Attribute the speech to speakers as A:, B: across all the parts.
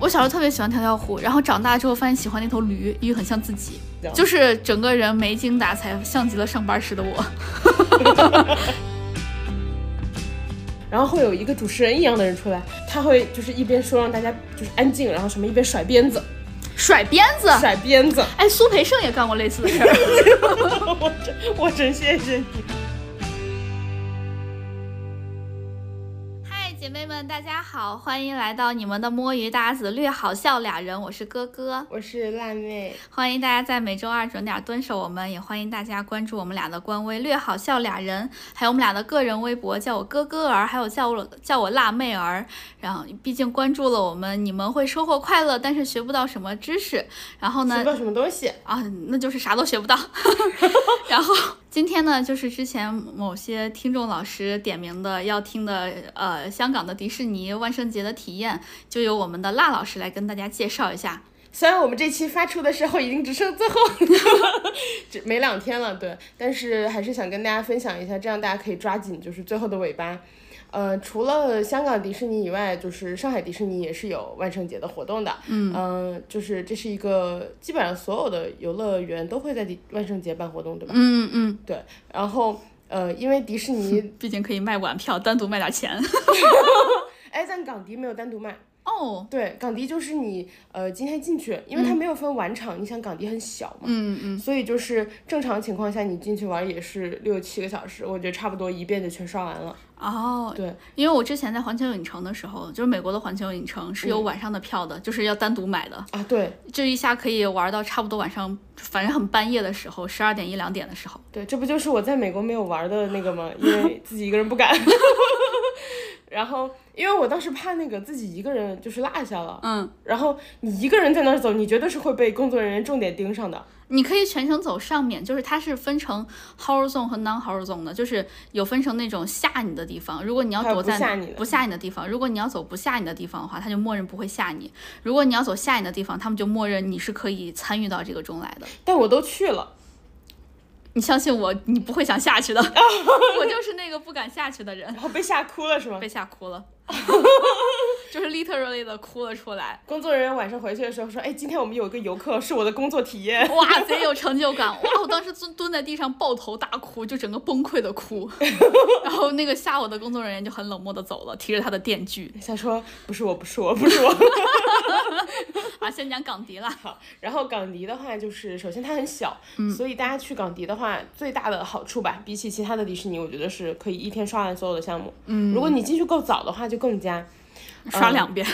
A: 我小时候特别喜欢跳跳虎，然后长大之后发现喜欢那头驴，因为很像自己，就是整个人没精打采，像极了上班时的我。
B: 然后会有一个主持人一样的人出来，他会就是一边说让大家就是安静，然后什么一边甩鞭子，
A: 甩鞭子，
C: 啊
B: 甩 鞭子。
A: 哎，苏培盛也干过类似的事儿。
B: 我真我真谢谢你。
A: 嗨，姐妹们，大家好，欢迎来到你们的摸鱼搭子略好笑俩人，我是哥哥，
C: 我是辣妹，
A: 欢迎大家在每周二准点蹲守我们，也欢迎大家关注我们俩的官微“略好笑俩人”，还有我们俩的个人微博，叫我哥哥儿，还有叫我叫我辣妹儿。然后，毕竟关注了我们，你们会收获快乐，但是学不到什么知识。然后
B: 学
A: 呢
B: 不，到什么东西，
A: 啊，那就是啥都学不到。 然后今天呢，就是之前某些听众老师点名的要听的，呃，香港的迪士尼万圣节的体验，就由我们的辣老师来跟大家介绍一下。
B: 虽然我们这期发出的时候已经只剩最后 只没两天了，对，但是还是想跟大家分享一下，这样大家可以抓紧就是最后的尾巴。呃，除了香港迪士尼以外，就是上海迪士尼也是有万圣节的活动的。嗯、就是这是一个基本上所有的游乐园都会在迪万圣节办活动，对吧？
A: 嗯嗯，
B: 对，然后呃，因为迪 士尼，
A: 毕竟可以卖晚票，单独卖点钱。
B: 哎，但港迪没有单独卖，
A: 哦，
B: 对，港迪就是你呃今天进去，因为它没有分晚场，你想港迪很小嘛，
A: 嗯嗯，
B: 所以就是正常情况下你进去玩也是六七个小时，我觉得差不多一遍就全刷完了。
A: 哦，
B: 对，
A: 因为我之前在环球影城的时候，就是美国的环球影城是有晚上的票
B: 嗯
A: 的，就是要单独买的，
B: 啊，对
A: 这一下可以玩到差不多晚上，反正很半夜的时候，十二点一两点的时候。
B: 对，这不就是我在美国没有玩的那个吗？因为自己一个人不敢。 然后，因为我当时怕那个自己一个人就是落下了，
A: 嗯，
B: 然后你一个人在那儿走，你绝对是会被工作人员重点盯上的。
A: 你可以全程走上面，就是它是分成 horizon 和 non horizon 的，就是有分成那种吓你的地方，如果你要
B: 还有
A: 躲在
B: 不吓你的
A: 不吓你的地方，如果你要走不吓你的地方的话，它就默认不会吓你；如果你要走吓你的地方，他们就默认你是可以参与到这个中来的。
B: 但我都去了，
A: 你相信我，你不会想下 去的。我就是那个不敢下去的人，
B: 然后被吓哭了是吗
A: 被？吓哭 了，就是 literally 的哭了出来。
B: 工作人员晚上回去的时候说：“哎，今天我们有一个游客是我的工作体验。
A: 哇，贼有成就感！哇，我当时蹲蹲在地上抱头大哭，就整个崩溃的 哭。然后那个吓我的工作人员就很冷漠的走了，提着他的电锯”
B: 他说：“不是我，不是我，不是我。”
A: 啊。先讲港迪啦，
B: 好，然后港迪的话，就是首先它很小，所以大家去港迪的话，最大的好处吧，比起其他的迪士尼，我觉得是可以一天刷完所有的项目。嗯，如果你进去够早的话，就更加，嗯
A: 刷两遍、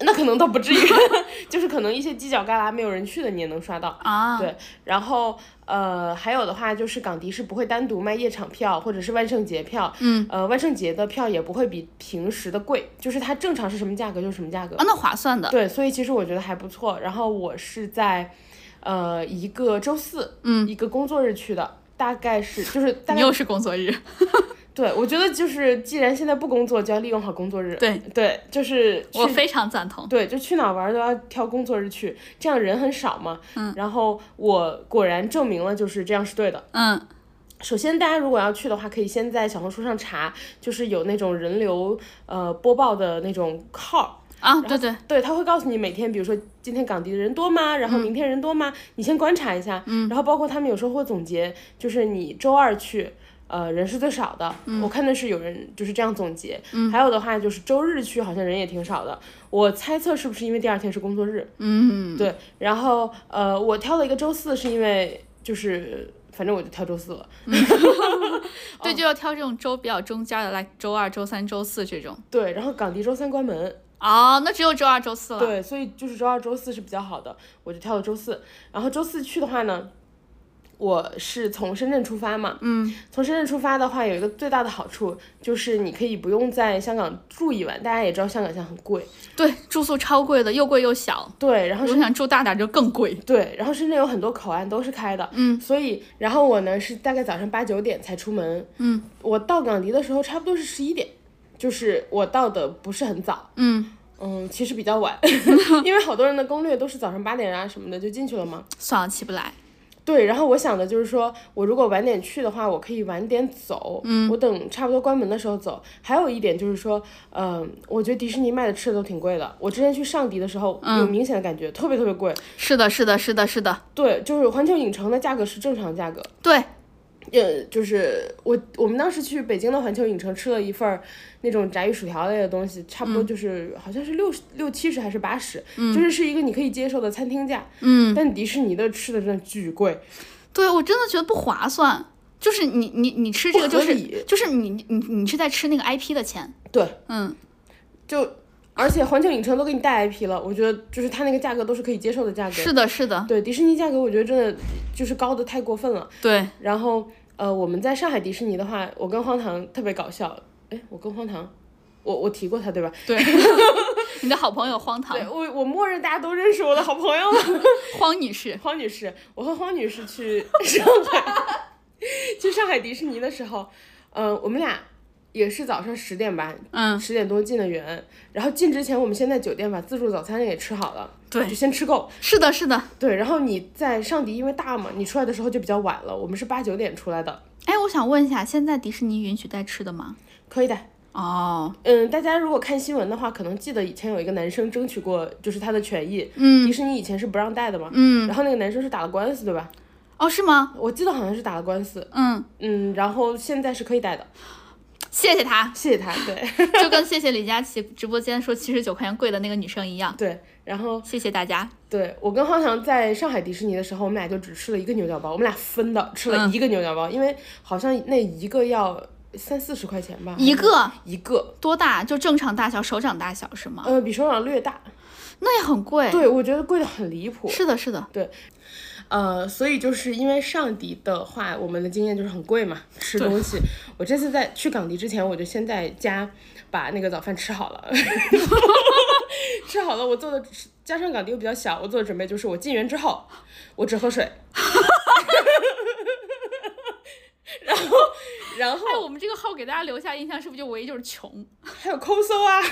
B: 那可能倒不至于， 就是可能一些犄角旮旯没有人去的，你也能刷到。
A: 啊。
B: 对，然后呃，还有的话就是港迪是不会单独卖夜场票或者是万圣节票，嗯，呃，万圣节的票也不会比平时的贵，就是它正常是什么价格就是什么价格。
A: 啊，那划算的。
B: 对，所以其实我觉得还不错。然后我是在，呃，一个周四，
A: 嗯
B: 一个工作日去的，大概是就是大
A: 你
B: 概
A: 又是工作日，
B: 对，我觉得就是既然现在不工作，就要利用好工作日。
A: 对
B: 对，就是
A: 我
B: 去
A: 非常赞同。
B: 对，就去哪儿玩都要挑工作日去，这样人很少嘛。嗯。然后我果然证明了，就是这样是对的。
A: 嗯，
B: 首先，大家如果要去的话，可以先在小红书上查，就是有那种人流呃播报的那种号。
A: 啊，对对，
B: 对，他会告诉你每天，比如说今天港迪的人多吗？然后明天人多吗？你先观察一下。嗯。然后包括他们有时候会总结，就是你周二去，呃，人是最少的。我看的是有人就是这样总结。嗯。还有的话就是周日去好像人也挺少的，我猜测是不是因为第二天是工作日？
A: 嗯，
B: 对。然后呃，我挑了一个周四，是因为就是反正我就挑周四了。
A: 对，就要挑这种周比较中间的，来周二、周三、周四这种。
B: 对。然后港迪周三关门。
A: 哦，那只有周二、周四了。，
B: 对，所以就是周二、周四是比较好的，我就挑了周四。然后周四去的话呢，我是从深圳出发嘛，嗯，从深圳出发的话，有一个最大的好处就是你可以不用在香港住一晚，大家也知道香港现在很贵，
A: 对，住宿超贵的，又贵又小。
B: 对，然后
A: 如
B: 是
A: 果想住大点儿就更贵。
B: 对，然后深圳有很多口岸都是开的，嗯，所以然后我呢是大概早上八九点才出门，嗯，我到港迪的时候差不多是十一点，就是我到的不是很早，
A: 嗯，
B: 嗯，其实比 较晚，因为好多人的攻略都是早上八点啊什么的就进去了嘛，
A: 算了，起不来。
B: 对，然后我想的就是说，我如果晚点去的话，我可以晚点走，嗯，我等差不多关门的时候走。还有一点就是说，嗯、我觉得迪士尼卖的吃的都挺贵的。我之前去上迪的时候，有明显的感觉，特别特别贵。
A: 是的，是的，是的，是的，
B: 对，就是环球影城的价格是正常价格，
A: 对，
B: 也就是我我们当时去北京的环球影城吃了一份儿那种炸鱼薯条类的东西，差不多就是、好像是六十六七十还是八十、就是是一个你可以接受的餐厅价。嗯，但迪士尼的吃的真的巨贵，
A: 对我真的觉得不划算。就是你你你吃这个就
B: 不合
A: 是
B: 理
A: 就是你你你你是在吃那个 IP 的钱，
B: 对，
A: 嗯，
B: 就而且环球影城都给你带 IP 了，我觉得就是它那个价格都是可以接受的价格。
A: 是的，是的，
B: 对迪士尼价格，我觉得真的就是高的太过分了。
A: 对，
B: 然后呃，我们在上海迪士尼的话，我跟荒唐特别搞笑。哎，我跟荒唐，我我提过他对吧？
A: 你的好朋友荒唐
B: 对我我默认大家都认识我的好朋友了。
A: 荒女士，
B: 荒女士，我和荒女士去 上海，去上海迪士尼的时候，呃，我们俩也是早上十点吧，
A: 嗯，
B: 十点多进的园，然后进之前我们先在酒店把自助早餐也吃好了，
A: 对
B: 就先吃够。
A: 是的，是的，
B: 对，然后你在上迪因为大嘛，你出来的时候就比较晚了，我们是八九点出来的，
A: 哎，我想问一下，现在迪士尼允许带吃的吗？
B: 可以的。
A: 哦，
B: 嗯，大家如果看新闻的话，可能记得以前有一个男生争取过就是他的权益，嗯，迪士尼以前是不让带的嘛，嗯，然后那个男生是打了官司，对吧？
A: 哦，是吗？
B: 我记得好像是打了官司，
A: 嗯，
B: 嗯，然后现在是可以带的，，
A: 谢谢他
B: 谢谢他，对
A: 就跟谢谢李佳琦直播间说七十九块钱贵的那个女生一样，
B: 对，然后
A: 谢谢大家。
B: 对我跟浩翔在上海迪士尼的时候，我们俩就只吃了一个牛角包，我们俩分的吃了一个牛角包，因为好像那一个要三四十块钱吧，
A: 一个
B: 一个，
A: 多大？就正常大小，手掌大小是吗？
B: 呃，比手掌略大，
A: 那也很贵。
B: 对我觉得贵的很离谱，
A: 是的，是的，
B: 呃，所以就是因为上迪的话，我们的经验就是很贵嘛，吃东西。我这次在去港迪之前，我就先在家把那个早饭吃好了， 吃好了。我做的加上港迪又比较小，我做的准备就是我进园之后，我只喝水， 然后然
A: 哎，
B: 后
A: 我们这个号给大家留下印象是不是就唯一就是穷？
B: 还有抠搜啊，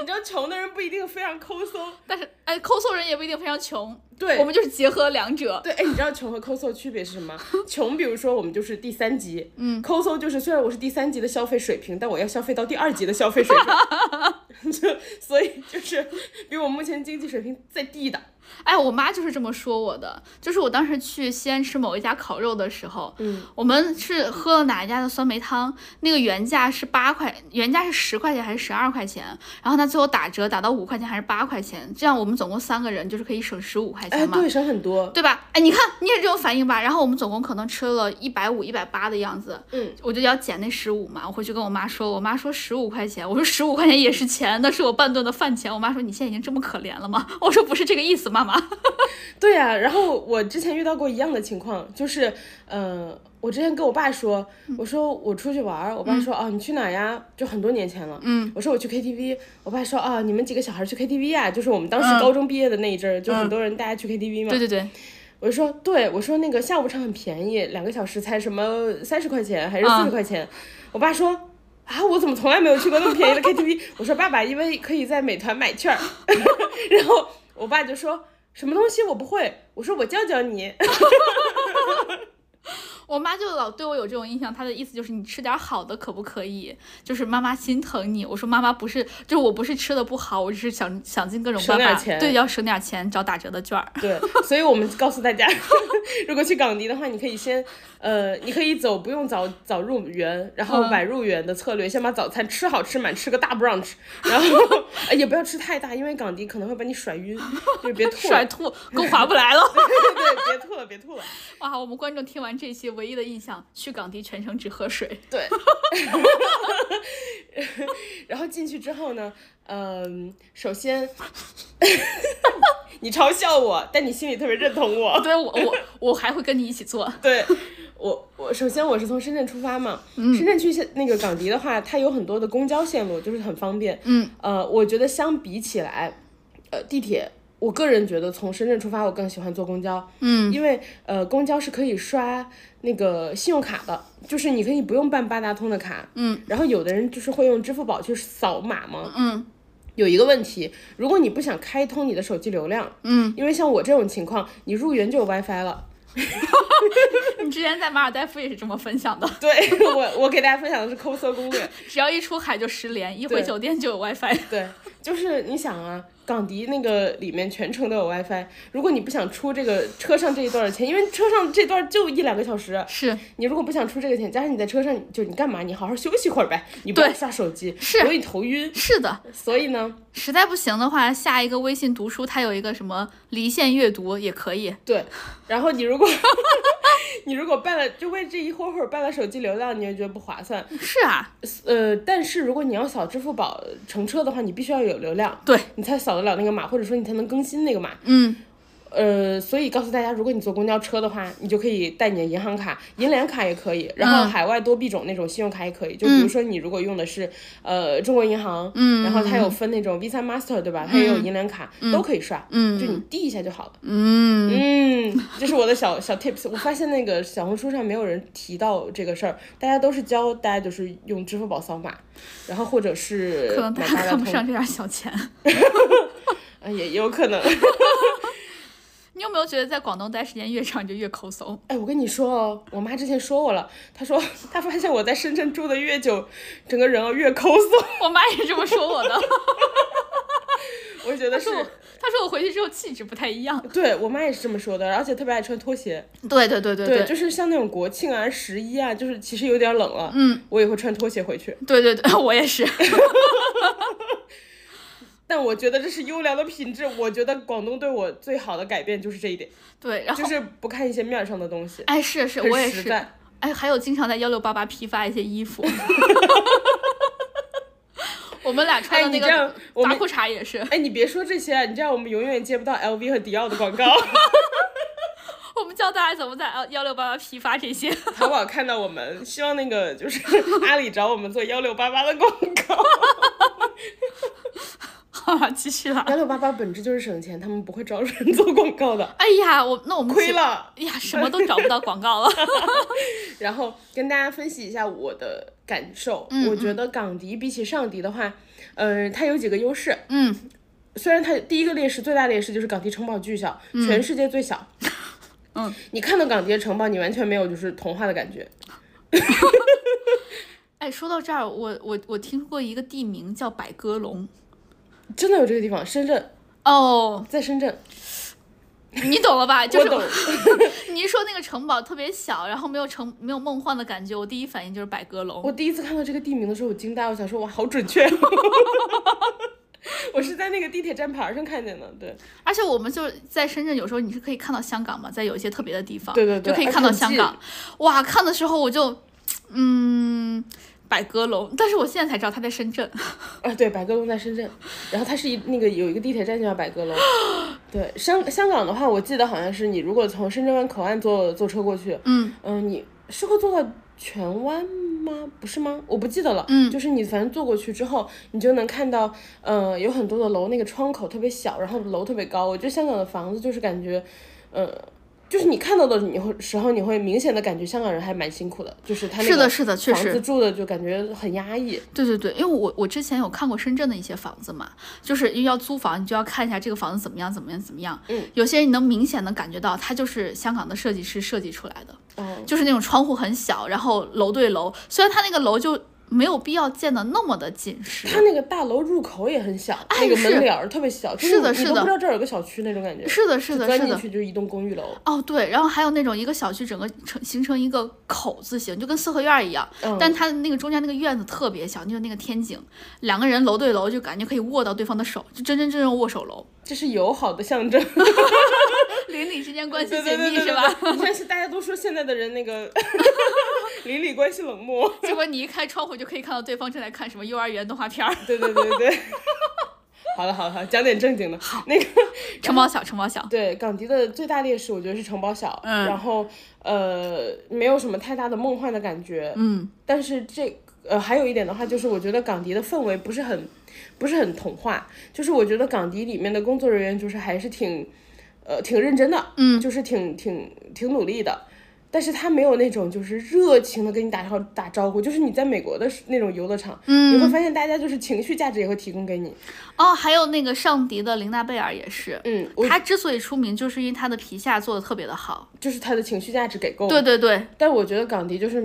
B: 你知道穷的人不一定非常抠搜，
A: 但是哎，抠搜人也不一定非常穷，
B: 对
A: 我们就是结合两者。
B: 对，哎，你知道穷和抠搜的区别是什么吗？穷，比如说我们就是第三级，嗯，抠搜就是虽然我是第三级的消费水平，但我要消费到第二级的消费水平， 就所以就是比我目前经济水平再低的，
A: 哎，我妈就是这么说我的，就是我当时去西安吃某一家烤肉的时候，嗯，我们是喝了哪一家的酸梅汤，那个原价是八块，原价是十块钱还是十二块钱，然后它最后打折打到五块钱还是八块钱，这样我们总共三个人就是可以省十五块
B: 哎，
A: 钱嘛。
B: 对，省很多，
A: 对吧？哎，你看你也是这种反应吧？然后我们总共可能吃了一百五、一百八的样子，
B: 嗯，
A: 我就要减那十五嘛。我回去跟我妈说，我妈说十五块钱，我说十五块钱也是钱，那是我半顿的饭钱。我妈说你现在已经这么可怜了吗？ 我说不是这个意思，妈妈。
B: 对呀、然后我之前遇到过一样的情况，就是，呃，我之前跟我爸说，我说我出去玩儿，我爸说、啊，你去哪儿呀？就很多年前了，嗯，我说我去 KTV，我爸说啊，你们几个小孩儿去 KTV 啊？就是我们当时高中毕业的那一阵儿，就很多人大家去 KTV 嘛，
A: 对对对，
B: 我就说，对我说那个下午场很便宜，两个小时才什么三十块钱还是四十块钱。我爸说啊，我怎么从来没有去过那么便宜的 KTV？我说爸爸，因为可以在美团买券儿。 然后我爸就说什么东西我不会，我说我教教你。
A: 我妈就老对我有这种印象，她的意思就是你吃点好的可不可以？就是妈妈心疼你。我说妈妈不是，就是我不是吃的不好，我只是想想尽各种
B: 省
A: 办
B: 点
A: 法，
B: 钱
A: 对，要省点钱，找打折的券 儿。
B: 对，所以我们告诉大家， 如果去港迪的话，你可以先呃，你可以走不用早早入园，然后晚入园的策略，先把早餐吃好吃满，吃个大 brunch，然后哎也不要吃太大，因为港迪可能会把你甩晕，就是别吐了。
A: 甩吐更划不来了。
B: 对，别吐了，别吐了。
A: 哇，我们观众听完这期唯一的印象，去港迪全程只喝水。
B: 对。然后进去之后呢，嗯，首先 你嘲笑我，但你心里特别认同我。
A: 对我我我还会跟你一起做。
B: 对，我我首先我是从深圳出发嘛，深圳去现那个港迪的话，它有很多的公交线路，就是很方便。
A: 嗯，
B: 呃，我觉得相比起来，呃，地铁。我个人觉得从深圳出发，我更喜欢坐公交，嗯，因为呃，公交是可以刷那个信用卡的，就是你可以不用办八达通的卡，嗯，然后有的人就是会用支付宝去扫码嘛，
A: 嗯，
B: 有一个问题，如果你不想开通你的手机流量，
A: 嗯，
B: 因为像我这种情况，你入园就有 WiFi 了。
A: 你之前在马尔代夫也是这么分享的，
B: 对我，我给大家分享的是抠搜攻略。
A: 只要一出海就失联，一回
B: 对
A: 酒店就有 WiFi。
B: 对，就是你想啊，港迪那个里面全程都有 WiFi，如果你不想出这个车上这一段的钱，因为车上这段就一两个小时，
A: 是
B: 你如果不想出这个钱，加上你在车上，就你干嘛？你好好休息会儿呗，你不要
A: 对
B: 刷手机，
A: 是
B: 容易头晕。
A: 是的，
B: 所以呢，
A: 实在不行的话，下一个微信读书它有一个什么离线阅读也可以。
B: 对，然后你 如果 你如果办了，就为这一会儿会儿办了手机流量，你也觉得不划算。
A: 是啊，
B: 呃，但是如果你要扫支付宝呃乘车的话，你必须要有流量，
A: 对，
B: 你才扫得了那个码，或者说你才能更新那个码。
A: 嗯，
B: 呃，所以告诉大家，如果你坐公交车的话，你就可以带你的银行卡、银联卡也可以，然后
A: 嗯
B: 海外多币种那种信用卡也可以。就比如说你如果用的是呃中国银行，
A: 嗯
B: 然后它有分那种 Visa、Master 对吧？它也有银联卡，都可以刷，
A: 嗯
B: 就你滴一下就好了。
A: 嗯，
B: 嗯，这是我的小小 tips。我发现那个小红书上没有人提到这个事儿，大家都是教大家就是用支付宝扫码，然后或者是
A: 可能大
B: 买
A: 家
B: 八达
A: 看不
B: 通
A: 上这点小钱。
B: 啊，也也有可能。
A: 你有没有觉得在广东待时间越长就越抠搜？
B: 哎，我跟你说哦，我妈之前说我了，她说她发现我在深圳住的越久，整个人哦越抠搜。
A: 我妈也这么说我的，
B: 我觉得是，
A: 她说我回去之后气质不太一样。
B: 对我妈也是这么说的，而且特别爱穿拖鞋。
A: 对对对对
B: 对，就是像那种国庆啊、十一啊，就是其实有点冷了，
A: 嗯，
B: 我也会穿拖鞋回去。
A: 对对 对，我也是。
B: 但我觉得这是优良的品质，我觉得广东对我最好的改变就是这一点，
A: 对，然后
B: 就是不看一些面儿上的东 西，
A: 哎，是是，
B: 很
A: 我也
B: 实
A: 是。
B: 在。
A: 哎，还有经常在幺六八八批发一些衣 服。我们俩穿
B: 哎，
A: 的
B: 你
A: 那
B: 这样
A: 个，
B: 我
A: 杂
B: 们
A: 裤衩也是，
B: 哎，你别说这些啊，你这样我们永远接不到 LV 和迪奥的广告。
A: 我们教大家怎么在幺六八八批发这些。
B: 淘宝看到我们，希望那个就是 阿里找我们做幺六八八的广告。
A: 好吧，继续了。
B: 幺六八八本质就是省钱，他们不会招人做广告的，
A: 哎呀，我那我们
B: 亏
A: 起。
B: 了。
A: 哎呀，什么都找不到广告了。
B: 然后跟大家分析一下我的感受，
A: 嗯
B: 我觉得港迪比起上迪的话，呃，它有几个优势。
A: 嗯，
B: 虽然它第一个劣势，最大劣势就是港迪城堡巨小，全世界最 小。
A: 嗯，
B: 你看到港迪的城堡，你完全没有就是童话的感觉。
A: 哎，说到这儿，我我我听过一个地名叫百鸽笼。
B: 真的有这个地方，深圳，
A: 哦，
B: 在深圳，
A: 你懂了 吧？就
B: 我
A: 是
B: 懂。
A: 你一说那个城堡特别小，然后没有城没有梦幻的感觉，我第一反应就是百鸽笼。
B: 我第一次看到这个地名的时候，我惊呆，我想说哇，好准确。哦 我是在那个地铁站牌上看见的，对
A: 而且我们就是在深圳，有时候你是可以看到香港嘛，在有一些特别的地方，
B: 对对对
A: 就可以看到香港。哇，看的时候我就，嗯，百鸽笼，但是我现在才知道它在深圳。
B: 啊，对，百鸽笼在深圳，然后它是一那个有一个地铁站就叫百鸽笼， 对，香香港的话，我记得好像是你如果从深圳湾口岸坐坐车过去，
A: 嗯，
B: 嗯，你是会坐到荃湾吗？不是吗？我不记得了。
A: 嗯
B: 就是你反正坐过去之后，你就能看到，呃，有很多的楼，那个窗口特别小，然后楼特别高。我觉得香港的房子就是感觉，呃，就是你看到的你会时候，你会明显的感觉香港人还蛮辛苦的，就是他那
A: 是
B: 个
A: 的，是的，确
B: 房子
A: 实，嗯
B: 住的就感觉很压抑。
A: 对对对，因为我我之前有看过深圳的一些房子嘛，就是要租房，你就要看一下这个房子怎么样，怎么样，怎么样。
B: 嗯，
A: 有些人你能明显的感觉到，它就是香港的设计师设计出来的。
B: 嗯，
A: 就是那种窗户很小，然后楼对楼，虽然它那个楼就没有必要建的那么的紧实，
B: 他那个大楼入口也很小，
A: 哎
B: 那个
A: 是
B: 门脸儿特别小，就是你
A: 的
B: 你
A: 是
B: 都
A: 的
B: 不知道这儿有个小区那种感觉。
A: 是的，是的，
B: 钻
A: 是
B: 进
A: 的。
B: 去就是一栋公寓楼。
A: 哦，对，然后还有那种一个小区整个成形成一个口字形，就跟四合院儿一样，
B: 嗯，
A: 但它的那个中间那个院子特别小，就那个天井，两个人楼对楼，就感觉可以握到对方的手，就真真正正握手楼，
B: 这是友好的象征。
A: 邻里之间关系
B: 对
A: 紧
B: 对对
A: 密
B: 对
A: 是
B: 对
A: 吧？
B: 对你看，是大家都说现在的人那个 邻里关系冷漠。
A: 结果你一开窗户就可以看到对方正在看什么幼儿园动画片儿，
B: 对对对对对。 好了好了好了，讲点正经的。那个
A: 城堡小，城堡小，
B: 对港迪的最大劣势，我觉得是城堡小，
A: 嗯
B: 然后呃没有什么太大的梦幻的感觉。
A: 嗯，
B: 但是这呃还有一点的话，就是我觉得港迪的氛围不是很不是很童话，就是我觉得港迪里面的工作人员就是还是挺呃挺认真的，
A: 嗯
B: 就是挺挺挺努力的。但是他没有那种就是热情的跟你打招打招呼，就是你在美国的那种游乐场，
A: 嗯
B: 你会发现大家就是情绪价值也会提供给你。
A: 哦，还有那个上迪的玲娜贝尔也是，
B: 嗯，我
A: 她之所以出名，就是因为她的皮下做的特别的好。
B: 就是他的情绪价值给够。
A: 对，对对，
B: 但我觉得港迪就是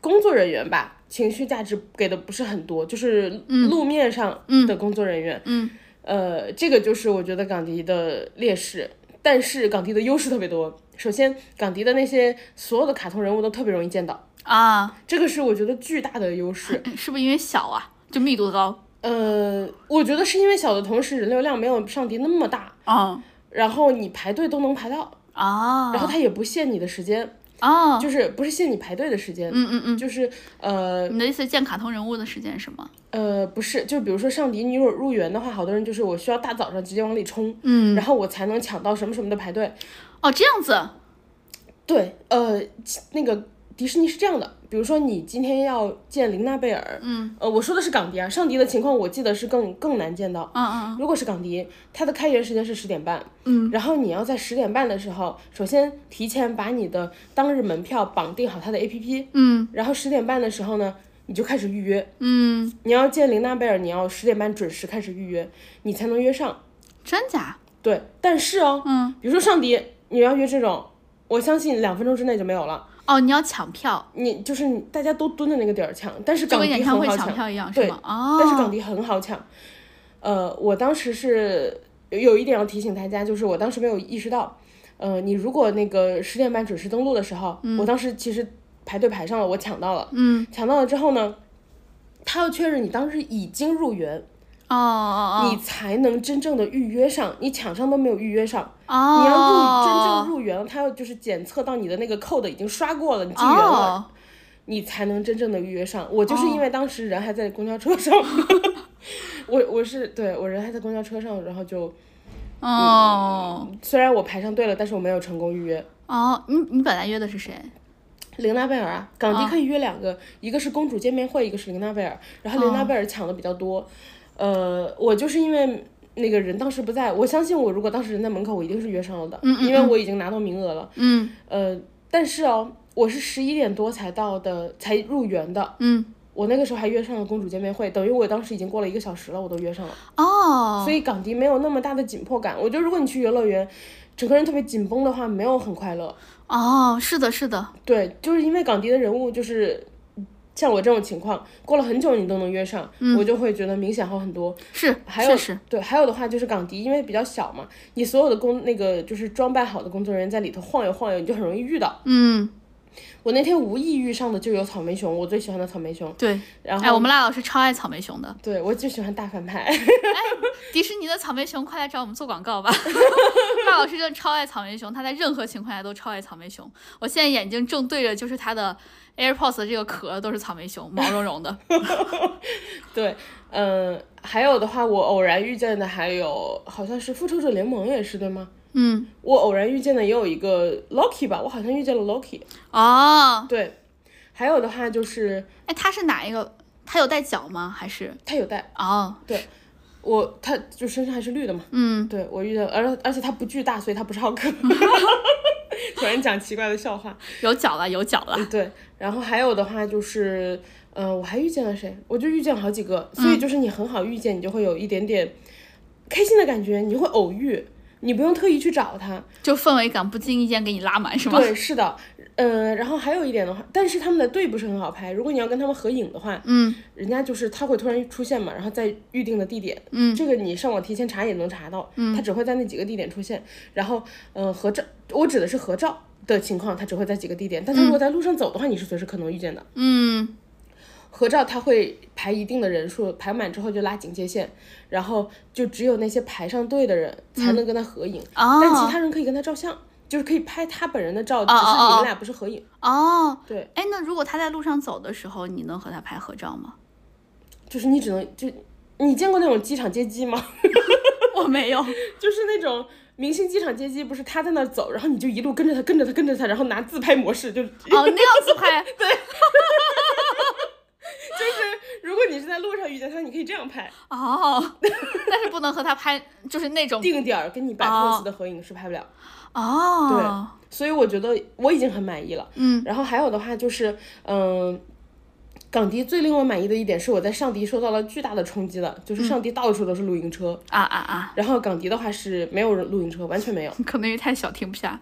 B: 工作人员吧，情绪价值给的不是很多，就是路面上的工作人员。
A: 嗯
B: 呃，这个就是我觉得港迪的劣势，但是港迪的优势特别多。首先，港迪的那些所有的卡通人物都特别容易见到，
A: 啊，
B: 这个是我觉得巨大的优势。
A: 是不是因为小啊，就密度高？
B: 呃，我觉得是因为小的同时人流量没有上迪那么大，
A: 嗯
B: 然后你排队都能排到，
A: 啊
B: 然后他也不限你的时间，
A: 啊，
B: 就是不是限你排队的时间，
A: 嗯嗯嗯，
B: 就是呃
A: 你的意思见卡通人物的时间是吗？
B: 呃不是，就比如说上迪，你如果入园的话，好多人就是我需要大早上直接往里冲，
A: 嗯，
B: 然后我才能抢到什么什么的排队。
A: 哦，这样子，
B: 对，呃，其那个迪士尼是这样的，比如说你今天要见玲娜贝尔，
A: 嗯，
B: 呃，我说的是港迪啊，上迪的情况我记得是更更难见到。
A: 嗯嗯
B: 如果是港迪，它的开园时间是十点半，
A: 嗯，
B: 然后你要在十点半的时候，首先提前把你的当日门票绑定好它的 APP，
A: 嗯
B: 然后十点半的时候呢，你就开始预约。
A: 嗯，
B: 你要见玲娜贝尔，你要十点半准时开始预约，你才能约上。
A: 真假？
B: 对，但是哦，
A: 嗯，
B: 比如说上迪，你要约这种，我相信两分钟之内就没有了。
A: 哦，你要抢票，
B: 你就是你大家都蹲在那个点儿抢，但是
A: 就
B: 港
A: 跟
B: 迪
A: 演
B: 很
A: 唱会
B: 好
A: 抢
B: 抢，
A: 票一样
B: 对
A: 是吗？哦，
B: 但是港迪很好抢。呃，我当时是有有一点要提醒大家，就是我当时没有意识到，呃，你如果那个十点半准时登录的时候，我当时其实排队排上了，我抢到了，
A: 嗯，
B: 抢到了之后呢，他要确认你当时已经入园，
A: 哦哦哦，
B: 你才能真正的预约上，你抢上都没有预约上，
A: 哦，
B: 你要入真正入园了，他要就是检测到你的那个 code 已经刷过了，你进园了，
A: 哦，
B: 你才能真正的预约上。我就是因为当时人还在公交车上， 我我是对我人还在公交车上，然后就
A: 哦
B: 虽然我排上队了，但是我没有成功预约。
A: 哦，你你本来约的是谁？
B: 玲娜贝尔啊，港
A: 哦
B: 迪可以约两个，一个是公主见面会，一个是玲娜贝尔。然后玲
A: 哦
B: 娜贝尔抢的比较多，呃，我就是因为那个人当时不在，我相信我如果当时人在门口，我一定是约上了的，
A: 嗯嗯
B: 因为我已经拿到名额了。
A: 嗯
B: 呃，但是哦，我是十一点多才到的，才入园的。
A: 嗯，
B: 我那个时候还约上了公主见面会，等于我当时已经过了一个小时了，我都约上了。
A: 哦，
B: 所以港迪没有那么大的紧迫感。我觉得如果你去游乐园，整个人特别紧绷的话，没有很快乐。
A: 哦，是的，是的，
B: 对，就是因为港迪的人物就是。像我这种情况，过了很久你都能约上，
A: 嗯
B: 我就会觉得明显好很多。
A: 是，
B: 还有
A: 确实，
B: 对，还有的话就是港迪，因为比较小嘛，你所有的工那个就是装扮好的工作人员在里头晃悠晃悠，你就很容易遇到。
A: 嗯，
B: 我那天无意遇上的就有草莓熊，我最喜欢的草莓熊。
A: 对，
B: 然后，
A: 哎，我们辣老师超爱草莓熊的，
B: 对我就喜欢大反派。
A: 迪士尼的草莓熊，快来找我们做广告吧！ 辣老师真的超爱草莓熊，他在任何情况下都超爱草莓熊。我现在眼睛正对着就是他的 AirPods 的这个壳都是草莓熊，毛茸 茸的。
B: 对，嗯、还有的话，我偶然遇见的还有好像是复仇者联盟也是对吗？
A: 嗯，
B: 我偶然遇见的也有一个 Loki 吧，我好像遇见了 Loki。
A: 哦，
B: 对，还有的话就是
A: 哎，他是哪一个？他有带脚吗？还是
B: 他有带
A: 哦，
B: 我，他就身上还是绿的嘛。
A: 嗯，
B: 对我遇见，而而且他不巨大，所以他不是浩克。 突然讲奇怪的笑话。
A: 有脚了，有脚了。
B: 对，然后还有的话就是，呃，我还遇见了谁？我就遇见了好几个，所以就是你很好遇见，你就会有一点点开心的感觉，你会偶遇，你不用特意去找他。
A: 就氛围感不经意间给你拉满是吗？
B: 对，是的，呃，然后还有一点的话，但是他们的队不是很好拍，如果你要跟他们合影的话，
A: 嗯
B: 人家就是他会突然出现嘛，然后在预定的地点，
A: 嗯
B: 这个你上网提前查也能查到，嗯，他只会在那几个地点出现，然后，呃，合照，我指的是合照的情况，他只会在几个地点，但他如果在路上走的话，你是随时可能遇见的。
A: 嗯
B: 合照他会排一定的人数，排满之后就拉警戒线，然后就只有那些排上队的人才能跟他合影，但
A: 嗯哦
B: 其他人可以跟他照相，就是可以拍他本人的照，只
A: 哦
B: 是你
A: 哦
B: 们
A: 哦
B: 俩不是合影，
A: 哦，
B: 对，
A: 哎，那如果他在路上走的时候，你能和他拍合照 吗？
B: 就是你只能就你见过那种机场接机吗？
A: 我没有，
B: 就是那种明星机场接机，不是他在那儿走，然后你就一路跟着他，跟着他，跟着他，然后拿自 拍模式，就
A: 哦，那样子拍，
B: 如果果你是在路上遇见他，你可以这样拍，
A: 哦，但是不能和他拍，就是那种
B: 定点儿跟你摆
A: 哦
B: pose 的合影是拍不了。
A: 哦，
B: 所以我觉得我已经很满意了。
A: 嗯，
B: 然后还有的话就是，嗯、港迪最令我满意的一点是我在上迪受到了巨大的冲击的，
A: 嗯
B: 就是上迪到处都是露营车，
A: 啊啊啊，
B: 然后港迪的话是没有人露营车，完全没有，
A: 可能因为太小停不下，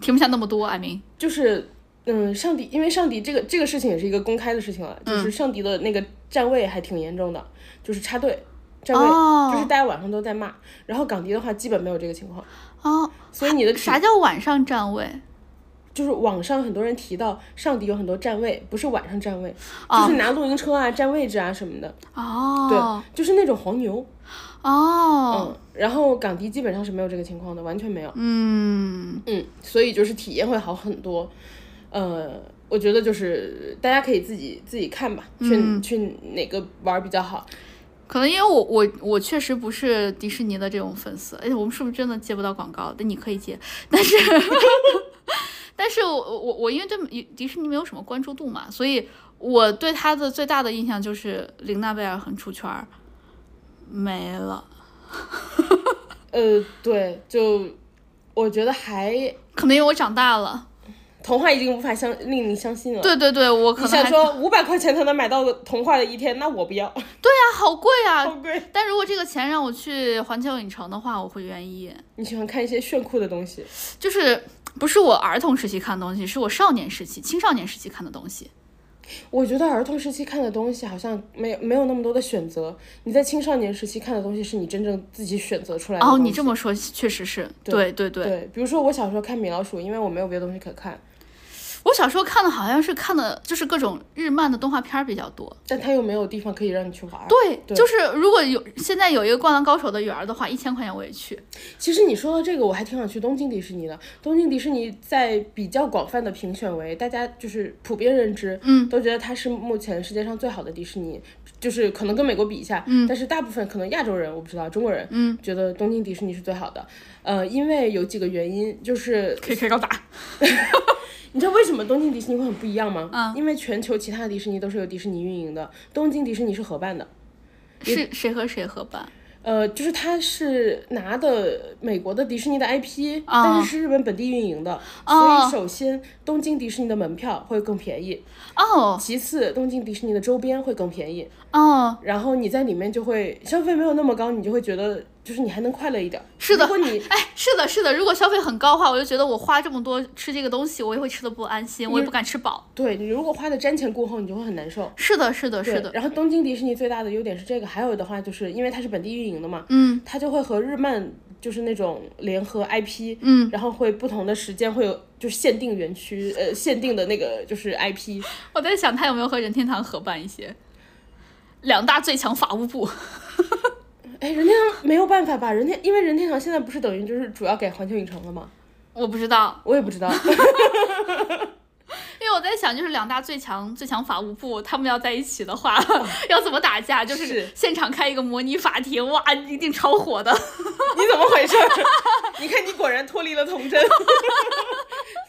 A: 停不下那么多。I mean，
B: 就是。嗯，上迪，因为上迪这个这个事情也是一个公开的事情了，
A: 嗯
B: 就是上迪的那个站位还挺严重的，就是插队，站位、
A: 哦
B: 就是大家晚上都在骂，然后港迪的话基本没有这个情况，
A: 哦，
B: 所以你的体
A: 啥叫晚上站位？
B: 就是网上很多人提到上迪有很多站位，不是晚上站位，
A: 哦
B: 就是拿露营车啊、占位置啊什么的，对，
A: 哦，
B: 就是那种黄牛，
A: 哦，
B: 嗯，然后港迪基本上是没有这个情况的，完全没有，
A: 嗯，
B: 嗯，所以就是体验会好很多，呃，我觉得就是大家可以自己自己看吧，去、
A: 嗯
B: 去哪个玩儿比较好，
A: 可能因为我我我确实不是迪士尼的这种粉丝，哎，我们是不是真的接不到广告？但你可以接，但是， 但是我我我因为对迪士尼没有什么关注度嘛，所以我对他的最大的印象就是玲娜贝尔很出圈儿，没了。
B: 呃，对，就我觉得还
A: 可能因为我长大了，
B: 童话已经无法相令你相信了，，
A: 对对对，我可
B: 你
A: 能还对
B: 想说五百块钱才能买到的童话的一天，那我不要，
A: 啊，好贵
B: 好
A: 啊！
B: 贵。
A: 但如果这个钱让我去环球影城的话，我会愿意。
B: 你喜欢看一些炫酷的东西，
A: 就是不是我儿童时期看的东西，是我少年时期、青少年时期看的东西。
B: 我觉得儿童时期看的东西好像没有没有那么多的选择。你在青少年时期看的东西是你真正自己选择出来的东
A: 哦，
B: 西。
A: 你这么说确实是对对
B: 对
A: 对
B: 对，比如说我小时候看米老鼠，因为我没有别的东西可看，
A: 我小时候看的好像是看的就是各种日漫的动画片儿比较多。
B: 但它又没有地方可以让你去玩儿。
A: 对，
B: 啊对
A: 就是如果有现在有一个《灌篮高手》的园儿的话，一千块钱我也去。
B: 其实你说到这个，我还挺想去东京迪士尼的。东京迪士尼在比较广泛的评选为大家就是普遍认知，
A: 嗯，
B: 都觉得它是目前世界上最好的迪士尼，就是可能跟美国比一下，
A: 嗯
B: 但是大部分可能亚洲人我不知道，中国人，
A: 嗯，
B: 觉得东京迪士尼是最好的。呃，因为有几个原因，就是
A: 可以开高 达。
B: 你知道为什么东京迪士尼会很不一样吗？
A: 嗯
B: 因为全球其他的迪士尼都是由迪士尼运营的，东京迪士尼是合办的。
A: 是谁和谁合办？
B: 呃，就是它是拿的美国的迪士尼的 IP，、
A: 啊
B: 但是是日本本地运营的，
A: 哦
B: 所以首先东京迪士尼的门票会更便宜，
A: 哦
B: 其次东京迪士尼的周边会更便宜，
A: 哦，
B: 然后你在里面就会消费没有那么高，你就会觉得就是你还能快乐一点。
A: 是的
B: 如果你
A: 哎，是的，是的。如果消费很高的话，我就觉得我花这么多吃这个东西，我也会吃的不安心，我也不敢吃饱。
B: 对你如果花的瞻前顾后，你就会很难受。
A: 是的，是的，是
B: 对
A: 的。
B: 然后东京迪士尼最大的优点是这个，还有的话就是因为它是本地运营的嘛，
A: 嗯
B: 它就会和日漫就是那种联合 IP，
A: 嗯，
B: 然后会不同的时间会有就是限定园区，呃，限定的那个就是 IP，
A: 我在想他有没有和任天堂合办一些两大最强法务部。
B: 哎，任天堂没有办法吧？任天因为任天堂现在不是等于就是主要给环球影城了吗？
A: 我不知道，
B: 我也不知道，
A: 因为我在想，就是两大最强最强法务部，他们要在一起的话， 要怎么打架？就是
B: 是
A: 现场开一个模拟法庭，哇，一定超火的。
B: 你怎么回事？ 你看你果然脱离了童真，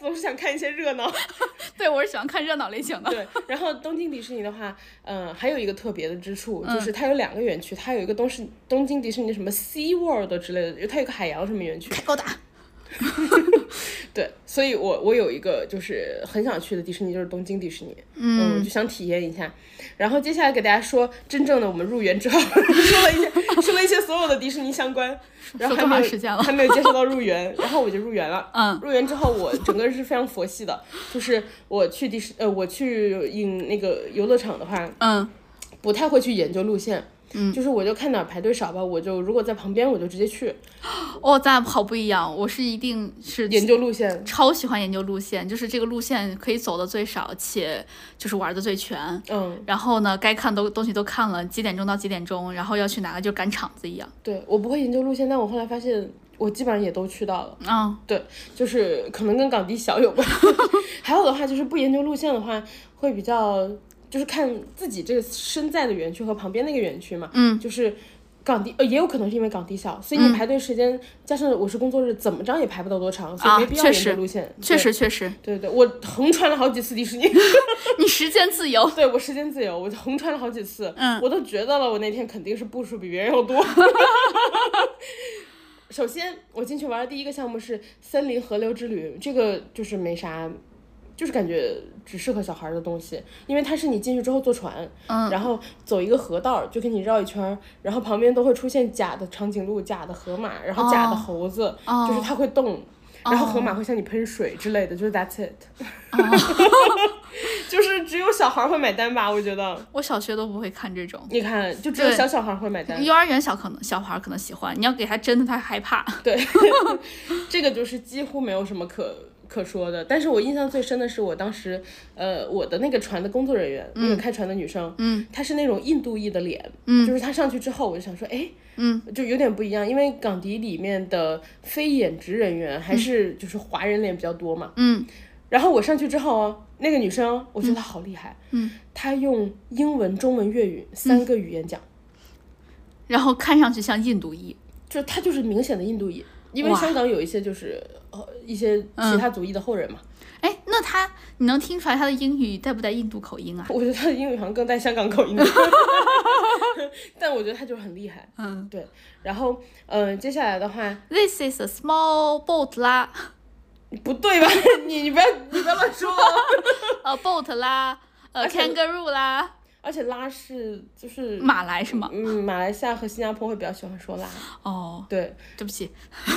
B: 总是想看一些热闹。
A: 对我是喜欢看热闹类型的。
B: 对，然后东京迪士尼的话，嗯、还有一个特别的之处，
A: 嗯
B: 就是它有两个园区，它有一个东是东京迪士尼什么 Sea World 之类的，它有一个海洋什么园区，
A: 开高达。
B: 对，所以我我有一个就是很想去的迪士尼，就是东京迪士尼，嗯，就想体验一下。然后接下来给大家说，真正的我们入园之后 说了一些说了一些所有的迪士尼相关，然后还
A: 多
B: 没
A: 长
B: 有
A: 时间了
B: 还没有接受到入园，然后我就入园了。
A: 嗯
B: 入园之后我整个人是非常佛系的，就是我去迪士呃我去影那个游乐场的话，
A: 嗯
B: 不太会去研究路线。嗯，就是我就看哪儿排队少吧，我就如果在旁边我就直接去
A: 哦，咱俩好不一样，我是一定是
B: 研究路线，
A: 超喜欢研究路线，就是这个路线可以走的最少，且就是玩的最全。
B: 嗯，
A: 然后呢，该看都东西都看了，几点钟到几点钟，然后要去哪个就赶场子一样。
B: 对我不会研究路线，但我后来发现我基本上也都去到了。
A: 嗯，
B: 对，就是可能跟港地小有关。 还有的话就是不研究路线的话，会比较就是看自己这个身在的园区和旁边那个园区嘛。
A: 嗯，
B: 就是。港地呃也有可能是因为港地小，所以你排队时间、加上我是工作日，怎么着也排不到多长，所
A: 啊
B: 以没必要
A: 确
B: 沿着
A: 实
B: 路线。
A: 确实确实，
B: 对，对对，我横穿了好几次迪士尼，
A: 你时间自由，
B: 对我时间自由，我横穿了好几次，
A: 嗯
B: 我都觉得了，我那天肯定是步数比别人要 多。 首先，我进去玩的第一个项目是森林河流之旅，这个就是没啥，就是感觉只适合小孩儿的东西，因为它是你进去之后坐船，
A: 嗯
B: 然后走一个河道儿，就给你绕一圈儿，然后旁边都会出现假的长颈鹿、假的河马，然后假的
A: 哦
B: 猴子，
A: 哦
B: 就是它会动。然后河马会向你喷水之类的，就是 that's it，、就是只有小孩儿会买单吧？我觉得，
A: 我小学都不会看这种。
B: 你看，就只有
A: 对
B: 小小孩儿会买单。
A: 幼儿园小可能小孩儿可能喜欢，你要给他真的他害怕。
B: 对，这个就是几乎没有什么可可说的。但是我印象最深的是，我当时，呃，我的那个船的工作人员，那个开船的女生，
A: 嗯，
B: 她是那种印度裔的脸，
A: 嗯
B: 就是她上去之后，我就想说，哎，
A: 嗯，
B: 就有点不一样，因为港迪里面的非演职人员还是就是华人脸比较多嘛。
A: 嗯
B: 然后我上去之后啊，那个女生，我觉得她好厉害，
A: 嗯，
B: 她用英文、中文、粤语三个语言讲。
A: 然后看上去像印度裔，
B: 就他就是明显的印度裔，因为
A: 哇嗯
B: 香港有一些就是呃一些其他族裔的后人嘛。
A: 哎，那他你能听出来他的英语带不带印度口音啊？
B: 我觉得他的英语好像更带香港口音的， 但我觉得他就是很厉害。
A: 嗯
B: 对，然后嗯、呃接下来的话
A: ，This is a small boat 啦，
B: 不对吧？ 你你不要你不要乱说、啊。
A: 呃 boat 啦，呃
B: 而且
A: kangaroo 啦，
B: 而且拉是就是
A: 马来是吗？
B: 嗯马来西亚和新加坡会比较喜欢说拉，
A: 哦，
B: 对，
A: 对不起，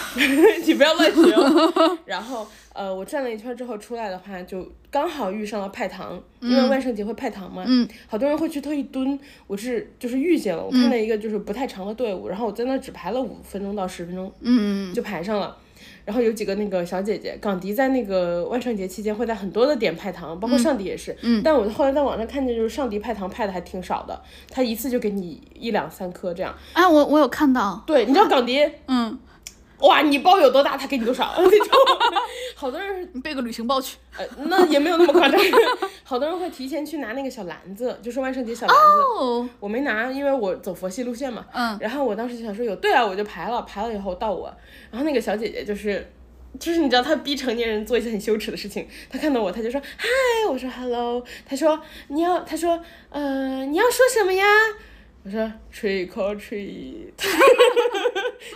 B: 你不要乱 学哦。然后呃我转了一圈之后出来的话，就刚好遇上了派糖，因为万圣节会派糖嘛。
A: 嗯
B: 好多人会去特意蹲，我是就是遇见了，我看到一个就是不太长的队伍，然后我在那只排了五分钟到十分钟
A: 嗯，
B: 就排上了。然后有几个那个小姐姐，港迪在那个万圣节期间会在很多的点派糖，包括上迪也是。
A: 嗯
B: 但我后来在网上看见，就是上迪派糖派的还挺少的，他一次就给你一两三颗这样。
A: 哎，我我有看到，
B: 对，你知道港迪，
A: 嗯，
B: 哇，你包有多大，他给你多少啊那种。好多人
A: 你背个旅行包去，
B: 呃，那也没有那么夸张。好多人会提前去拿那个小篮子，就是万圣节小篮子。
A: 哦，
B: 我没拿，因为我走佛系路线嘛。
A: 嗯
B: 然后我当时就想说有对啊，我就排了，排了以后到我，然后那个小姐姐就是，就是你知道她逼成年人做一些很羞耻的事情，她看到我，她就说嗨，我说 hello，她说你要，她说呃你要说什么呀？我说 trick or treat，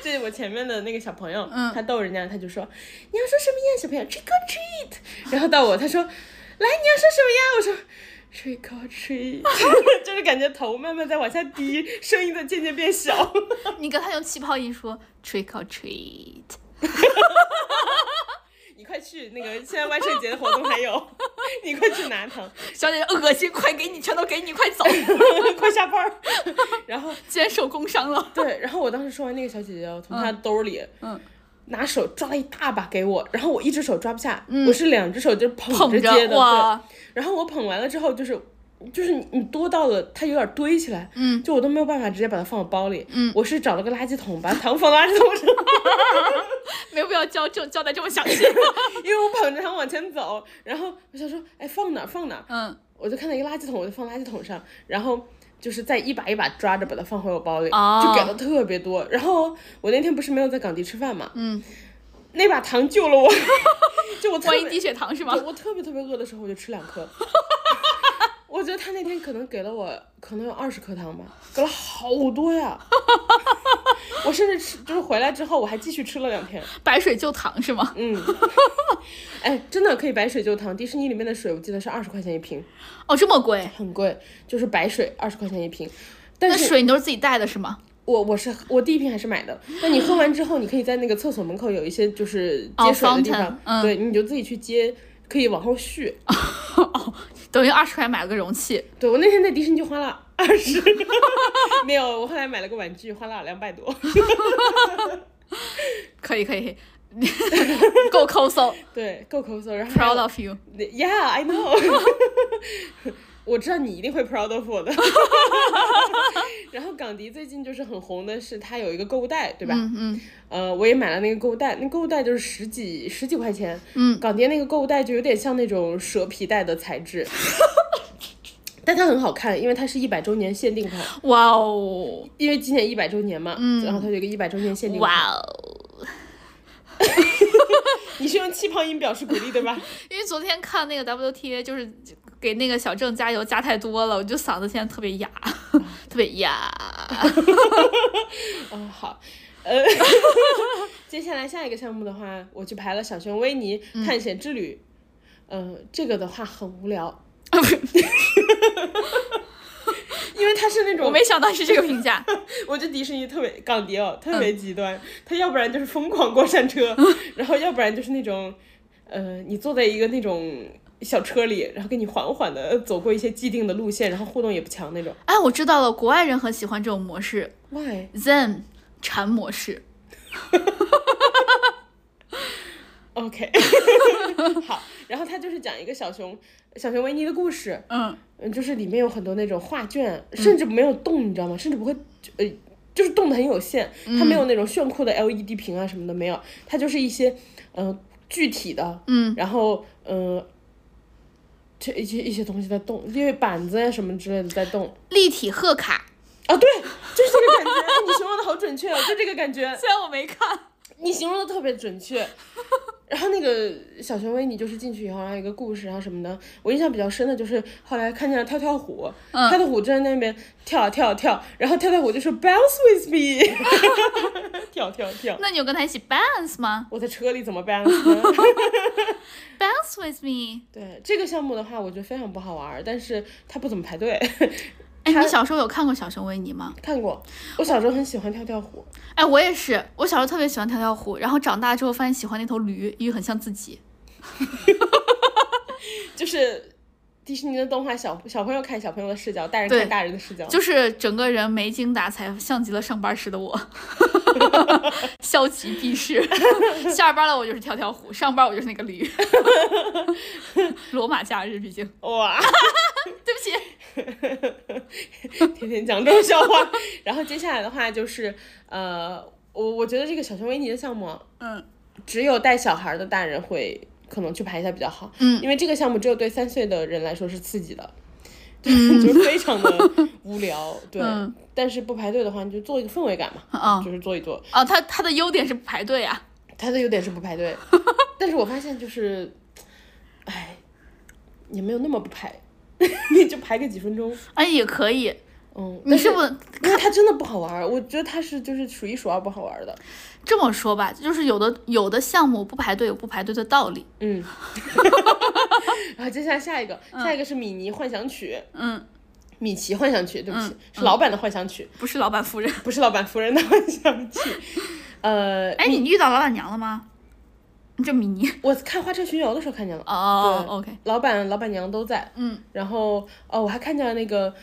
B: 这是我前面的那个小朋友，
A: 嗯
B: 他逗人家，他就说你要说什么呀，小朋友 trick or treat，然后到我，他说来你要说什么呀？我说 trick or treat，就是 感觉头慢慢在往下低，声音在渐渐变小。
A: 你跟他用气泡音说 trick or treat，
B: 你快去那个，现在万圣节的活动还有， 你快去拿糖，
A: 小姐姐恶心，快给你，全都给你，快走，
B: 快下班儿。 然后
A: 竟然受工伤了，
B: 对，然后我当时说完那个小姐姐哦，从她兜里。
A: 嗯
B: 拿手抓了一大把给我，然后我一只手抓不下，我是两只手就捧
A: 嗯捧
B: 着
A: 着
B: 接的，对。
A: 哇，
B: 然后我捧完了之后，就是就是你你多到了，它有点堆起来，
A: 嗯
B: 就我都没有办法直接把它放我包里，
A: 嗯
B: 我是找了个垃圾桶 把糖放垃圾桶上，
A: 没有必要交交交代这么详细，
B: 因为我捧着它往前走，然后我想说，哎，放哪儿放哪 儿，
A: 嗯
B: 我就看到一个垃圾桶，我就放垃圾桶上，然后。就是再一把一把抓着把它放回我包里
A: 哦
B: 就给了特别多。然后我那天不是没有在港迪吃饭嘛，
A: 嗯，
B: 那把糖救了我， 就我特
A: 万一
B: 别
A: 低血糖是吗
B: 对？我特别特别饿的时候，我就吃两 颗。我觉得他那天可能给了我可能有二十颗糖吧，给了好 多呀。我甚至吃就是回来之后，我还继续吃了两天。
A: 白水就糖是吗？
B: 嗯， 哎，真的可以白水就糖。迪士尼里面的水我记得是二十块钱一瓶，
A: 哦，这么贵？
B: 很贵，就是白水二十块钱一瓶。但
A: 那
B: 是
A: 水你都是自己带的是吗？
B: 我我是我第一瓶还是买的，那你喝完之后，你可以在那个厕所门口有一些就是
A: 哦
B: 接水的地方
A: fountain，，嗯
B: 对，你就自己去接，可以往后续。
A: 等于二十块买了个容器，
B: 对我那天在迪士尼就花了二十， 没有，我后来买了个玩具，花了两百多。
A: 可以可 以，够抠搜
B: 对，够抠搜。然后还有
A: ，proud of you。
B: Yeah, I know 。我知道你一定会 proud of 我的。 然后港迪最近就是很红的是，它有一个购物袋，对吧？
A: 嗯嗯，
B: 呃，我也买了那个购物袋，那购物袋就是十几十几块钱。
A: 嗯
B: 港迪那个购物袋就有点像那种蛇皮袋的材质，但它很好看，因为它是一百周年限定款，
A: 哇哦，
B: 因为今年一百周年嘛，
A: 嗯
B: 然后它有一个一百周年限定款。
A: 哇哦！
B: 你是用气泡音表示鼓励对吧？
A: 因为昨天看那个 WTA，就是给那个小郑加油加太多了，我就嗓子现在特别哑， 特别哑。
B: 哦，好，呃， 接下来下一个项目的话，我去排了小熊维尼探险之旅。嗯、这个的话很无聊， 因为它是那种
A: 我没想到是这个评价，
B: 我觉得迪士尼特别港迪哦，特别
A: 嗯
B: 极端，他要不然就是疯狂过山车，然后要不然就是那种，呃，你坐在一个那种小车里，然后给你缓缓的走过一些既定的路线，然后互动也不强那种。
A: 哎，我知道了，国外人很喜欢这种模式
B: Why？
A: ，Zen 禅模式。
B: OK，好，然后他就是讲一个小熊小熊维尼的故事，
A: 嗯，
B: 嗯，就是里面有很多那种画卷，甚至没有动，你知道吗？甚至不会，呃，就是动的很有限，它没有那种炫酷的 LED 屏啊什么的没有，它就是一些呃具体的，
A: 嗯，
B: 然后呃。这一些一些东西在动，因为板子呀什么之类的在动
A: 立体贺卡，
B: 啊，对，就是这个感觉。哎你形容的好准确哦，就这个感觉。
A: 虽然我没看，
B: 你形容的特别 准确。然后那个小熊维尼就是进去以后，然后有一个故事，然后什么的。我印象比较深的就是后来看见了跳跳虎，
A: 嗯
B: 跳跳虎就在那边跳啊跳啊跳，然后跳跳虎就说 bounce with me，跳 跳跳。
A: 那你有跟他一起 bounce 吗
B: 我在车里怎么 bounce 呢？
A: ？Bounce with me。
B: 对这个项目的话，我觉得非常不好玩儿，但是它不怎么排队。
A: 哎，你小时候有看过小熊维尼吗？
B: 看过，我小时候很喜欢跳跳虎，
A: 哎，我也是，我小时候特别喜欢跳跳虎，然后长大之后发现喜欢那头驴，因为很像自己。
B: 就是迪士尼的动画小小朋友看小朋友的视角，大人
A: 对
B: 看大人的视角。
A: 就是整个人没精打采，像极了上班时的我， 消极避世。下班了我就是跳跳虎，上班我就是那个驴。罗马假日，毕竟
B: 哇。
A: 对不起，
B: 天天讲这种笑话。 然后接下来的话就是，呃，我我觉得这个小熊维尼的项目，
A: 嗯，
B: 只有带小孩儿的大人会可能去排一下比较好，
A: 嗯，
B: 因为这个项目只有对三岁的人来说是刺 激的。就是就是非常的无聊，对，
A: 嗯
B: 但是不排队的话，你就做一个氛围感嘛，
A: 嗯
B: 就是做一做。
A: 哦，他他的优点是排队啊，
B: 他的优点是不 排队，但是我发现就是，哎，也没有那么不排， 你就排个几分钟，
A: 哎也可以。
B: 嗯，
A: 你是不
B: 因为它真的不好玩儿，我觉得它是就是数一数二不好玩儿的，
A: 这么说吧，就是有的有的项目不排队有不排队的道理。
B: 嗯，然后接下来下一个，下一个是米妮幻想曲，
A: 嗯，
B: 米奇幻想曲，对不起，是老板的幻想曲，
A: 不是老板夫人。
B: 不是老板夫人的幻想 曲。呃，
A: 哎，你遇到老板娘了吗？这迷你
B: 我看花车巡游的时候看见了，
A: 哦
B: 对
A: ，OK，
B: 老板、老板娘都在，
A: 嗯，
B: 然后哦，我还看见了那个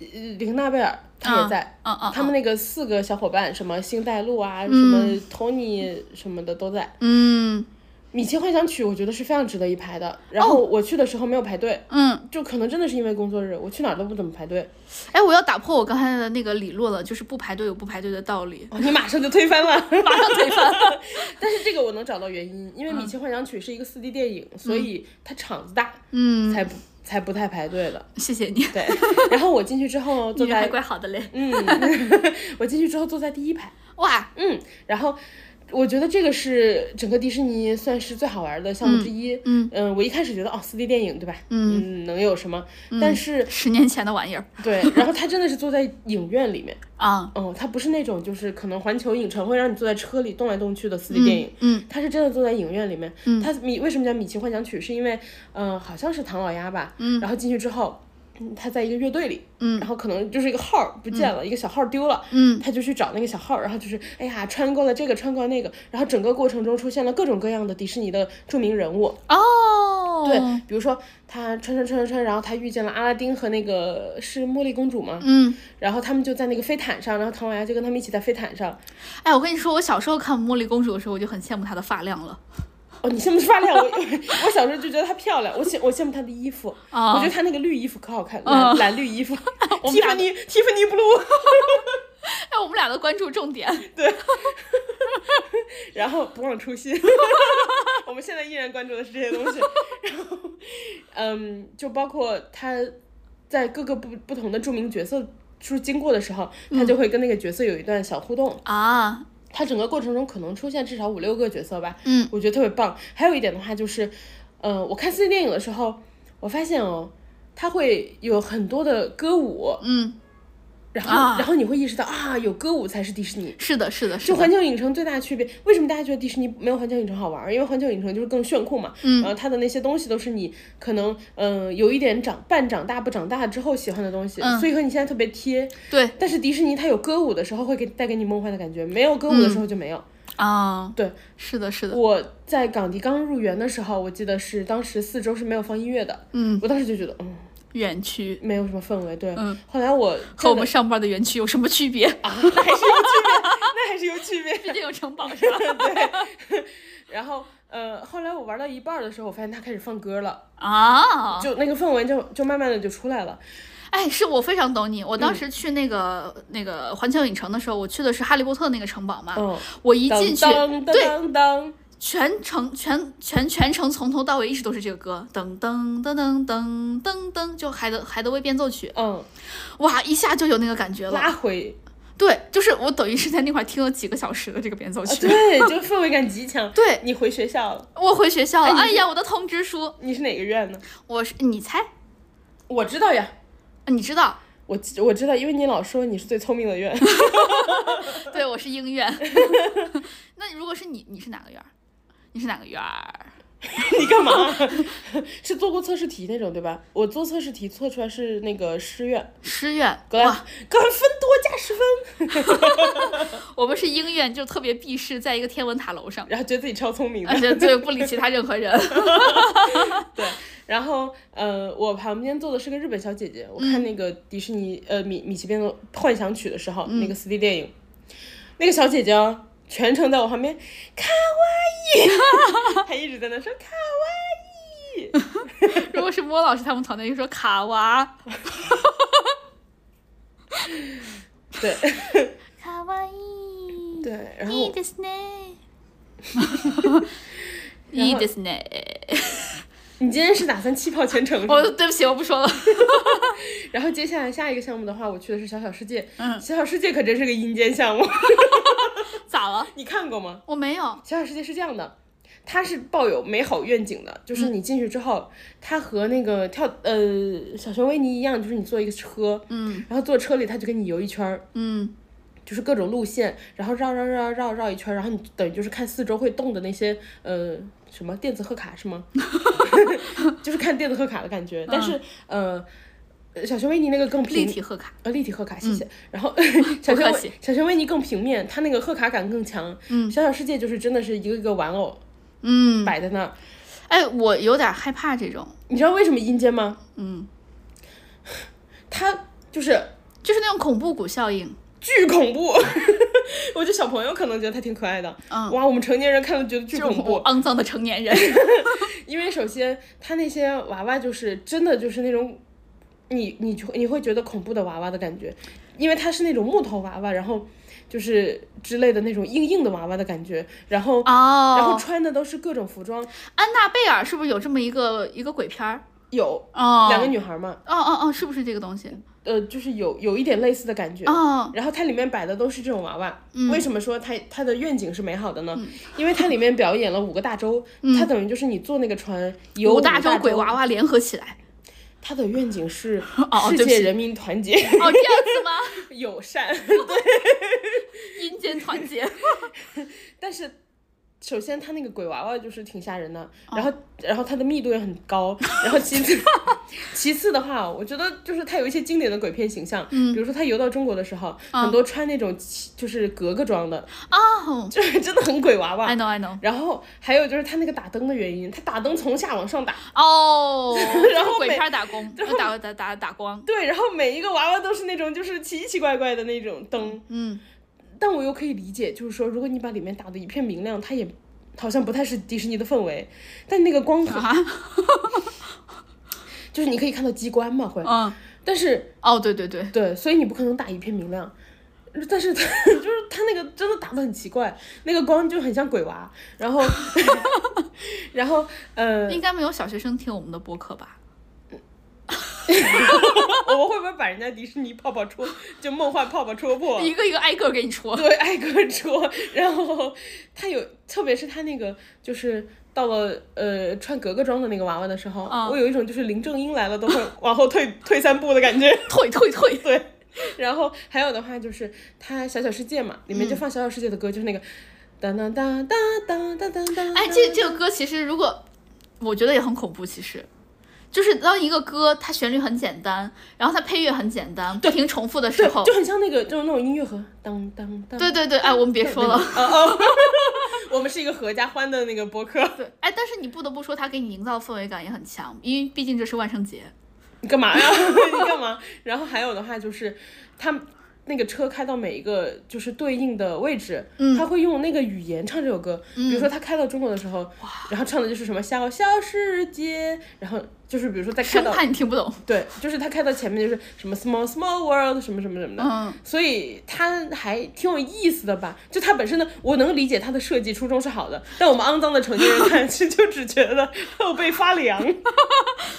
B: 呃玲娜贝尔，她也在。
A: 嗯嗯，
B: 他们那个四个小伙伴，什么星黛露啊，什么托尼什么的都在。
A: 嗯
B: 米奇幻想曲我觉得是非常值得一排的。然
A: 哦
B: 后我去的时候没有排队，
A: 嗯，
B: 就可能真的是因为工作日，我去哪儿都不怎么排队。
A: 哎，我要打破我刚才的那个理论了，就是不排队有不排队的道理。
B: 哦，你马上就推翻了，
A: 马上推翻。嗯
B: 但是这个我能找到原因，因为《米奇幻想曲》是一个四 D 电影，所以它场子大，
A: 嗯，
B: 才不才不太排队的。
A: 谢谢你，
B: 对，然后我进去之 后坐
A: 你还
B: 在，
A: 怪好的嘞。
B: 嗯， 我进去之后坐在第一排，
A: 哇，
B: 嗯，然后我觉得这个是整个迪士尼算是最好玩的项目之一。
A: 嗯
B: 嗯，我一开始觉得哦，四 D 电影对吧？嗯，能有什么？但是
A: 十年前的玩意儿
B: 对，然后它真的是坐在影院里面，
A: 啊，
B: 嗯，它不是那种就是可能环球影城会让你坐在车里动来动去的 4D 电影，
A: 嗯
B: 它是真的坐在影院里面。它米为什么叫米奇幻想曲？是因为，嗯、好像是唐老鸭吧，然后进去之后。嗯他在一个乐队里，嗯，然后可能就是一个号儿不见了，一个小号儿丢了，
A: 嗯，
B: 他就去找那个小号儿，然后就是哎呀，穿过了这个，穿过了那个，然后整个过程中出现了各种各样的迪士尼的著名人物，
A: 哦，
B: 对，比如说他穿穿穿穿穿，然后他遇见了阿拉丁和那个是茉莉公主吗？
A: 嗯，
B: 然后他们就在那个飞毯上，然后唐老鸭就跟他们一起在飞毯上。
A: 哎，我跟你说，我小时候看《茉莉公主》的时候，我就很羡慕她的发量了。
B: 哦，你羡慕发亮？我 我小时候就觉得她漂亮，我羡我羡慕她的衣服，
A: 啊
B: 我觉得她那个绿衣服可好看，蓝、蓝绿衣服，
A: 嗯 我们
B: 蒂
A: 俩
B: 芙尼蒂芙尼 blue。
A: 哎，我们俩的关注重 点，
B: 然后不忘初心， 我们现在依然关注的是这些东西。然后，嗯，就包括他在各个不不同的著名角色处经过的时候，他
A: 嗯
B: 就会跟那个角色有一段小互动。
A: 啊，
B: 它整个过程中可能出现至少五六个角色吧，
A: 嗯，
B: 我觉得特别棒。还有一点的话就是，呃，我看 C D 电影的时候，我发现哦，它会有很多的歌舞，
A: 嗯，
B: 然后、
A: 啊
B: 然后你会意识到啊，有歌舞才是迪士尼。
A: 是的，是的，是
B: 就
A: 的，
B: 环球影城最大的区别，为什么大家觉得迪士尼没有环球影城好玩儿？因为环球影城就是更炫酷嘛，
A: 嗯
B: 然后它的那些东西都是你可能嗯、呃有一点长半长大不长大之后喜欢的东西，
A: 嗯
B: 所以和你现在特别贴。
A: 对
B: 但是迪士尼它有歌舞的时候会给带给你梦幻的感觉，没有歌舞的
A: 嗯
B: 时候就没有。
A: 啊，
B: 对，
A: 是的，是的，
B: 我在港迪刚入园的时候，我记得是当时四周是没有放音乐的，
A: 嗯，
B: 我当时就觉得嗯
A: 园区
B: 没有什么氛围。对，
A: 嗯
B: 后来我
A: 和我
B: 真的
A: 们上班的园区有什么区别？
B: 啊，那还是有区别，那还是有区别。
A: 毕竟有城堡是吧？
B: 然后呃，后来我玩到一半儿的时候，我发现他开始放歌了。
A: 啊，
B: 就那个氛围就就慢慢的就出来了。
A: 哎，是我非常懂你。我当时
B: 嗯
A: 去那个、那个环球影城的时候，我去的是哈利波特那个城堡嘛。
B: 嗯，
A: 我一进去，
B: 当当
A: 对
B: 当当，
A: 全程全全全程从头到尾一直都是这个歌，噔噔噔噔噔噔噔，就海德海德威变奏曲，
B: 嗯，
A: 哇，一下就有那个感觉了。
B: 拉 回，
A: 对，就是我等于是在那块儿听了几个小时的这个变奏
B: 啊
A: 曲。
B: 对，就氛围感极强。
A: 对，
B: 你回学校了，
A: 我回学校了，
B: 哎你
A: 哎呀，我的通知书，
B: 你是哪个院呢？
A: 我是你猜，
B: 我知道呀，
A: 你知道，
B: 我记我知道，因为你老说你是最聪明的院，
A: 对我是英院。 那如果是你，你是哪个院儿？你是哪个院儿？
B: 你 干嘛？是做过测试题那种对吧？我做测试题测出来是那个师院，
A: 师院，
B: 格
A: 哇
B: 兰，格兰芬多加十分，
A: 我们是英院，就特别避世，在一个天文塔楼上，
B: 然后觉得自己超聪明的
A: 而。且对不理其他任何人。
B: 对，然后呃，我旁边坐的是个日本小姐姐，我看那个迪士尼、呃米米奇变奏幻想曲的时候，那个 4D 电影，那个小姐姐哦全程在我旁边，卡哇伊， 还一直在那说卡哇伊，
A: 如果是莫老师他们团队，就说卡哇，
B: 对
A: 卡哇伊，
B: 对，然
A: いい
B: 后
A: ですね。いいですね。
B: 你今天是打算气泡全程是吗？
A: 我哦对不起，我不说了。
B: 然后接下来下一个项目的话，我去的是小小世界，小小世界可真是个阴间项目，
A: 咋了？
B: 你看过吗？
A: 我没有。
B: 小小世界是这样的，它是抱有美好愿景的，就是
A: 嗯
B: 你进去之后，它和那个跳呃小熊维尼一样，就是你坐一个车，
A: 嗯
B: 然后坐车里它就给你游一圈儿，
A: 嗯
B: 就是各种路线，然后绕绕绕绕绕一圈儿，然后你等于就是看四周会动的那些呃什么电子贺卡是吗？ 就是看电子贺卡的感觉，但是、呃小熊维尼那个更
A: 嗯立
B: 平
A: 体贺卡。
B: 呃，立体贺卡，谢谢。 然后小
A: 嗯不
B: 熊
A: 客
B: 维
A: 气
B: 小熊维尼更平面，它那个贺卡感更强。
A: 嗯
B: 小小世界就是真的是一个一个玩偶
A: 嗯，
B: 摆在那儿。
A: 哎，我有点害怕这种，
B: 你知道为什么阴间吗？
A: 嗯，
B: 它就是
A: 就是那种恐怖谷效应。
B: 巨恐怖。 我觉得小朋友可能觉得它挺可爱的，
A: 嗯
B: 哇，我们成年人看了觉得巨
A: 这种
B: 恐怖。
A: 肮脏的成 年人，
B: 因为首先它那些娃娃就是真的就是那种，你你就你会觉得恐怖的娃娃的感觉，因为它是那种木头娃娃，然后就是之类的那种硬硬的娃娃的感觉，然后。
A: 哦，
B: 然后穿的都是各种服装，
A: 安娜贝尔是不是有这么一个一个鬼片儿？
B: 有
A: 哦，
B: 两个女孩嘛，
A: 哦哦哦，是不是这个东西？
B: 呃，就是有有一点类似的感觉。
A: 哦，嗯
B: 然后它里面摆的都是这种娃娃，为什么说它它的愿景是美好的呢？因为它里面表演了五个大洲，它等于就是你坐那个船游
A: 嗯五
B: 大
A: 大洲鬼娃，娃联合起来。
B: 它的愿景是
A: 哦
B: 世
A: 对不起
B: 界人民团结、
A: 哦，这样子吗？
B: 友善，
A: 阴间团 结。
B: 但是。首先，它那个鬼娃娃就是挺吓人的，
A: 啊
B: 然后，然后它的密度也很 高，然后其次， 其次的话，我觉得就是它有一些经典的鬼片形象，
A: 嗯
B: 比如说它游到中国的时候，
A: 啊
B: 很多穿那种旗就是格格装的，
A: 哦、啊
B: 就是真的很鬼娃
A: i
B: 娃。
A: know I know。
B: 然后还有就是他那个打灯的原因，他打灯从下往上打，
A: 哦，
B: 然后
A: 鬼
B: 每
A: 片儿打工，呃打打打打 光。
B: 对，然后每一个娃娃都是那种就是奇奇怪怪的那种灯，
A: 嗯，
B: 但我又可以理解，就是说如果你把里面打的一片明亮，它也好像不太是迪士尼的氛围，但那个光很
A: 啊，
B: 就是你可以看到机关嘛会，
A: 嗯，
B: 但是
A: 哦，对对对，
B: 对，所以你不可能打一片明亮。但是它 就是它那个真的打的很奇怪，那个光就很像鬼娃，然后，然后呃，呃
A: 应该没有小学生听我们的播客吧？
B: 我们会不会把人家迪士尼泡泡戳，就梦幻泡泡戳破？
A: 一个一个挨个给你戳。
B: 对，挨个戳。然后他有，特别是他那个，就是到了呃穿格格装的那个娃娃的时候，
A: 嗯
B: 我有一种就是林正英来了都会往后退退三步的感觉。
A: 退退退，
B: 对，然后还有的话就是他《小小世界》嘛，里面就放《小小世界》的歌，就是那个。哒哒哒哒哒哒哒哒！
A: 哎，这这个歌其实如果我觉得也很恐怖，其实就是当一个歌它旋律很简单，然后它配乐很简单，不停重复的时候
B: 就，很像那个，就是那种音乐盒，当当当。
A: 对对对，哎，我们别说了。
B: 哦哦，我们是一个合家欢的那个播客。
A: 对，哎，但是你不得不说，它给你营造氛围感也很强，因为毕竟这是万圣节。
B: 你干嘛呀？你干嘛？然后还有的话就是，他那个车开到每一个就是对应的位置，他会用那个语言唱这首歌。比如说他开到中国的时候，然后唱的就是什么“小小世界”，然后就是比如说再开
A: 生
B: 到
A: 怕你听不懂。
B: 对，就是他开到前面就是什么 “small small world” 什么什么什么的。
A: 嗯，
B: 所以他还挺有意思的吧？就他本身呢，我能理解他的设计初衷是好的，但我们肮脏的成年人看 去就只觉得后背发凉。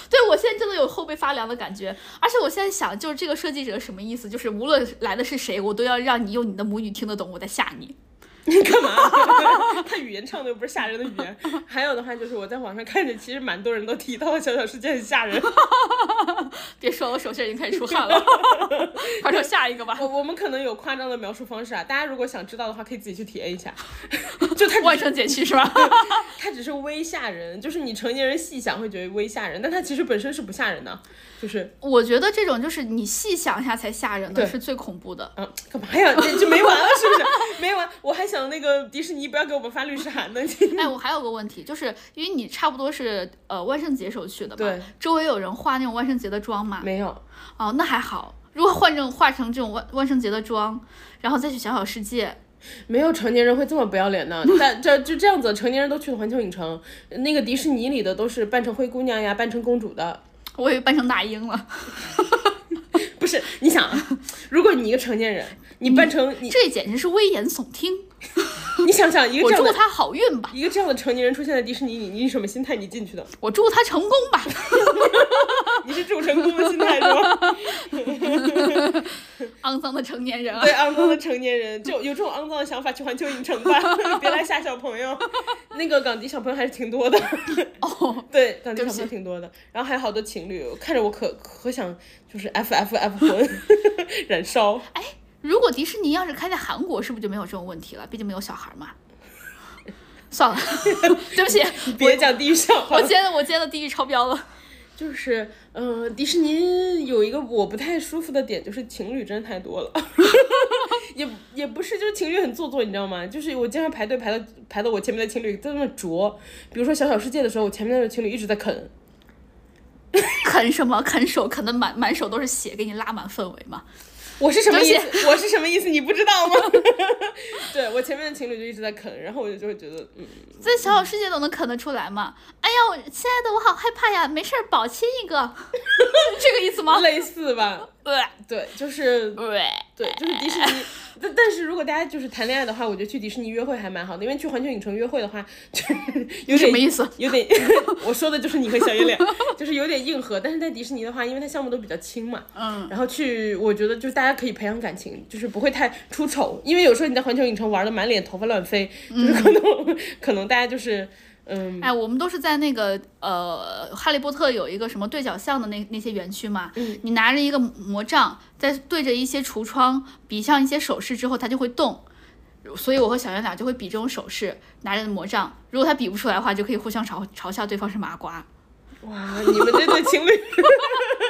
A: 对我现在真的有后背发凉的感觉，而且我现在想，就是这个设计者什么意思？就是无论来的是谁，我都要让你用你的母语听得懂我在吓你。
B: 你干嘛？ 他语言唱的又不是吓人的语言。还有的话就是我在网上看见，其实蛮多人都提到小小世界很吓人。
A: 别说了，我手心儿已经开始出汗了， 快说下一个吧。
B: 我我们可能有夸张的描述方式啊，大家如果想知道的话，可以自己去体验一下。 就他
A: 万圣节去是吧？
B: 他只是微吓人，就是你成年人细想会觉得微吓人，但他其实本身是不吓人的，就是
A: 我觉得这种就是你细想一下才吓人的，
B: 对
A: 是最恐怖的。
B: 嗯，干嘛呀？这就没完了是不是？ 没完！我还想那个迪士尼不要给我们发律师函呢。 你
A: 哎，我还有个问题，就是因为你差不多是呃万圣节时候去的嘛
B: 对，
A: 周围有人化那种万圣节的妆嘛？
B: 没有，
A: 哦，那还好。如果换成化成这种万万圣节的妆，然后再去小小世界，
B: 没有成年人会这么不要脸 的，但这就这样子，成年人都去了环球影城，那个迪士尼里的都是扮成灰姑娘呀，扮成公主的。
A: 我以为扮成那英了。
B: 不是，你想， 啊，如果你一个成年人，你扮成你，
A: 这简直是危言耸听！
B: 你想想一个
A: 我
B: 这样
A: 祝
B: 的
A: 他好运吧，
B: 一个这样的成年人出现在迪士尼里，你以什么心态你进去的？
A: 我祝他成功吧。
B: 你是祝成功的心态是 吧？
A: 肮脏的成年人啊
B: 对，！肮脏的成年人就有这种肮脏的想法，去环球影城吧， 别来吓小朋友。那个港迪小朋友还是挺多的。
A: 哦，
B: 对，港迪
A: 对不
B: 小
A: 起
B: 朋友挺多的，然后还有好多情侣，看着我可可想就是 F F F 魂 燃烧。
A: 哎如果迪士尼要是开在韩国，是不是就没有这种问题了？毕竟没有小孩嘛。算了， 对不起，
B: 别讲地狱笑话
A: 我
B: 了
A: 今，天的我今天的地域超标了。
B: 就是呃，迪士尼有一个我不太舒服的点，就是情侣真的太多了， 也也不是就是情侣很做作，你知道吗？就是我经常排队排到排到我前面的情侣在那啄，比如说小小世界的时候，我前面的情侣一直在啃，
A: 啃什么？啃手，啃的满满手都是血，给你拉满氛围嘛。
B: 我是什么意
A: 对
B: 思？我是什么意思？你不知道吗？ 对我前面的情侣就一直在啃，然后我就就会觉得嗯。
A: 在小小世界都能啃得出来嘛？哎呀，我亲爱的，我好害怕呀！没事儿，宝亲一个， 这个意思吗？
B: 类似吧，
A: 对
B: 对，就是
A: 对，
B: 对，就是迪士尼。但但是如果大家就是谈恋爱的话，我觉得去迪士尼约会还蛮好的，因为去环球影城约会的话，就是 有
A: 什么
B: 点
A: 意思？
B: 有点，我说的就是你和小月亮， 就是有点硬核。但是在迪士尼的话，因为它项目都比较轻嘛，
A: 嗯，
B: 然后去我觉得就是大家可以培养感情，就是不会太出丑，因为有时候你在环球影城玩的满脸头发乱飞，就是
A: 嗯
B: 可能、 可能大家就是嗯。
A: 哎，我们都是在那个呃，《哈利波特》有一个什么对角巷的那那些园区嘛，
B: 嗯
A: 你拿着一个魔杖，在对着一些橱窗比上一些手势之后，它就会动。所以我和小圆脸就会比这种手势，拿着魔杖。如果他比不出来的话，就可以互相嘲嘲笑对方是麻瓜。
B: 哇，你们这对情侣，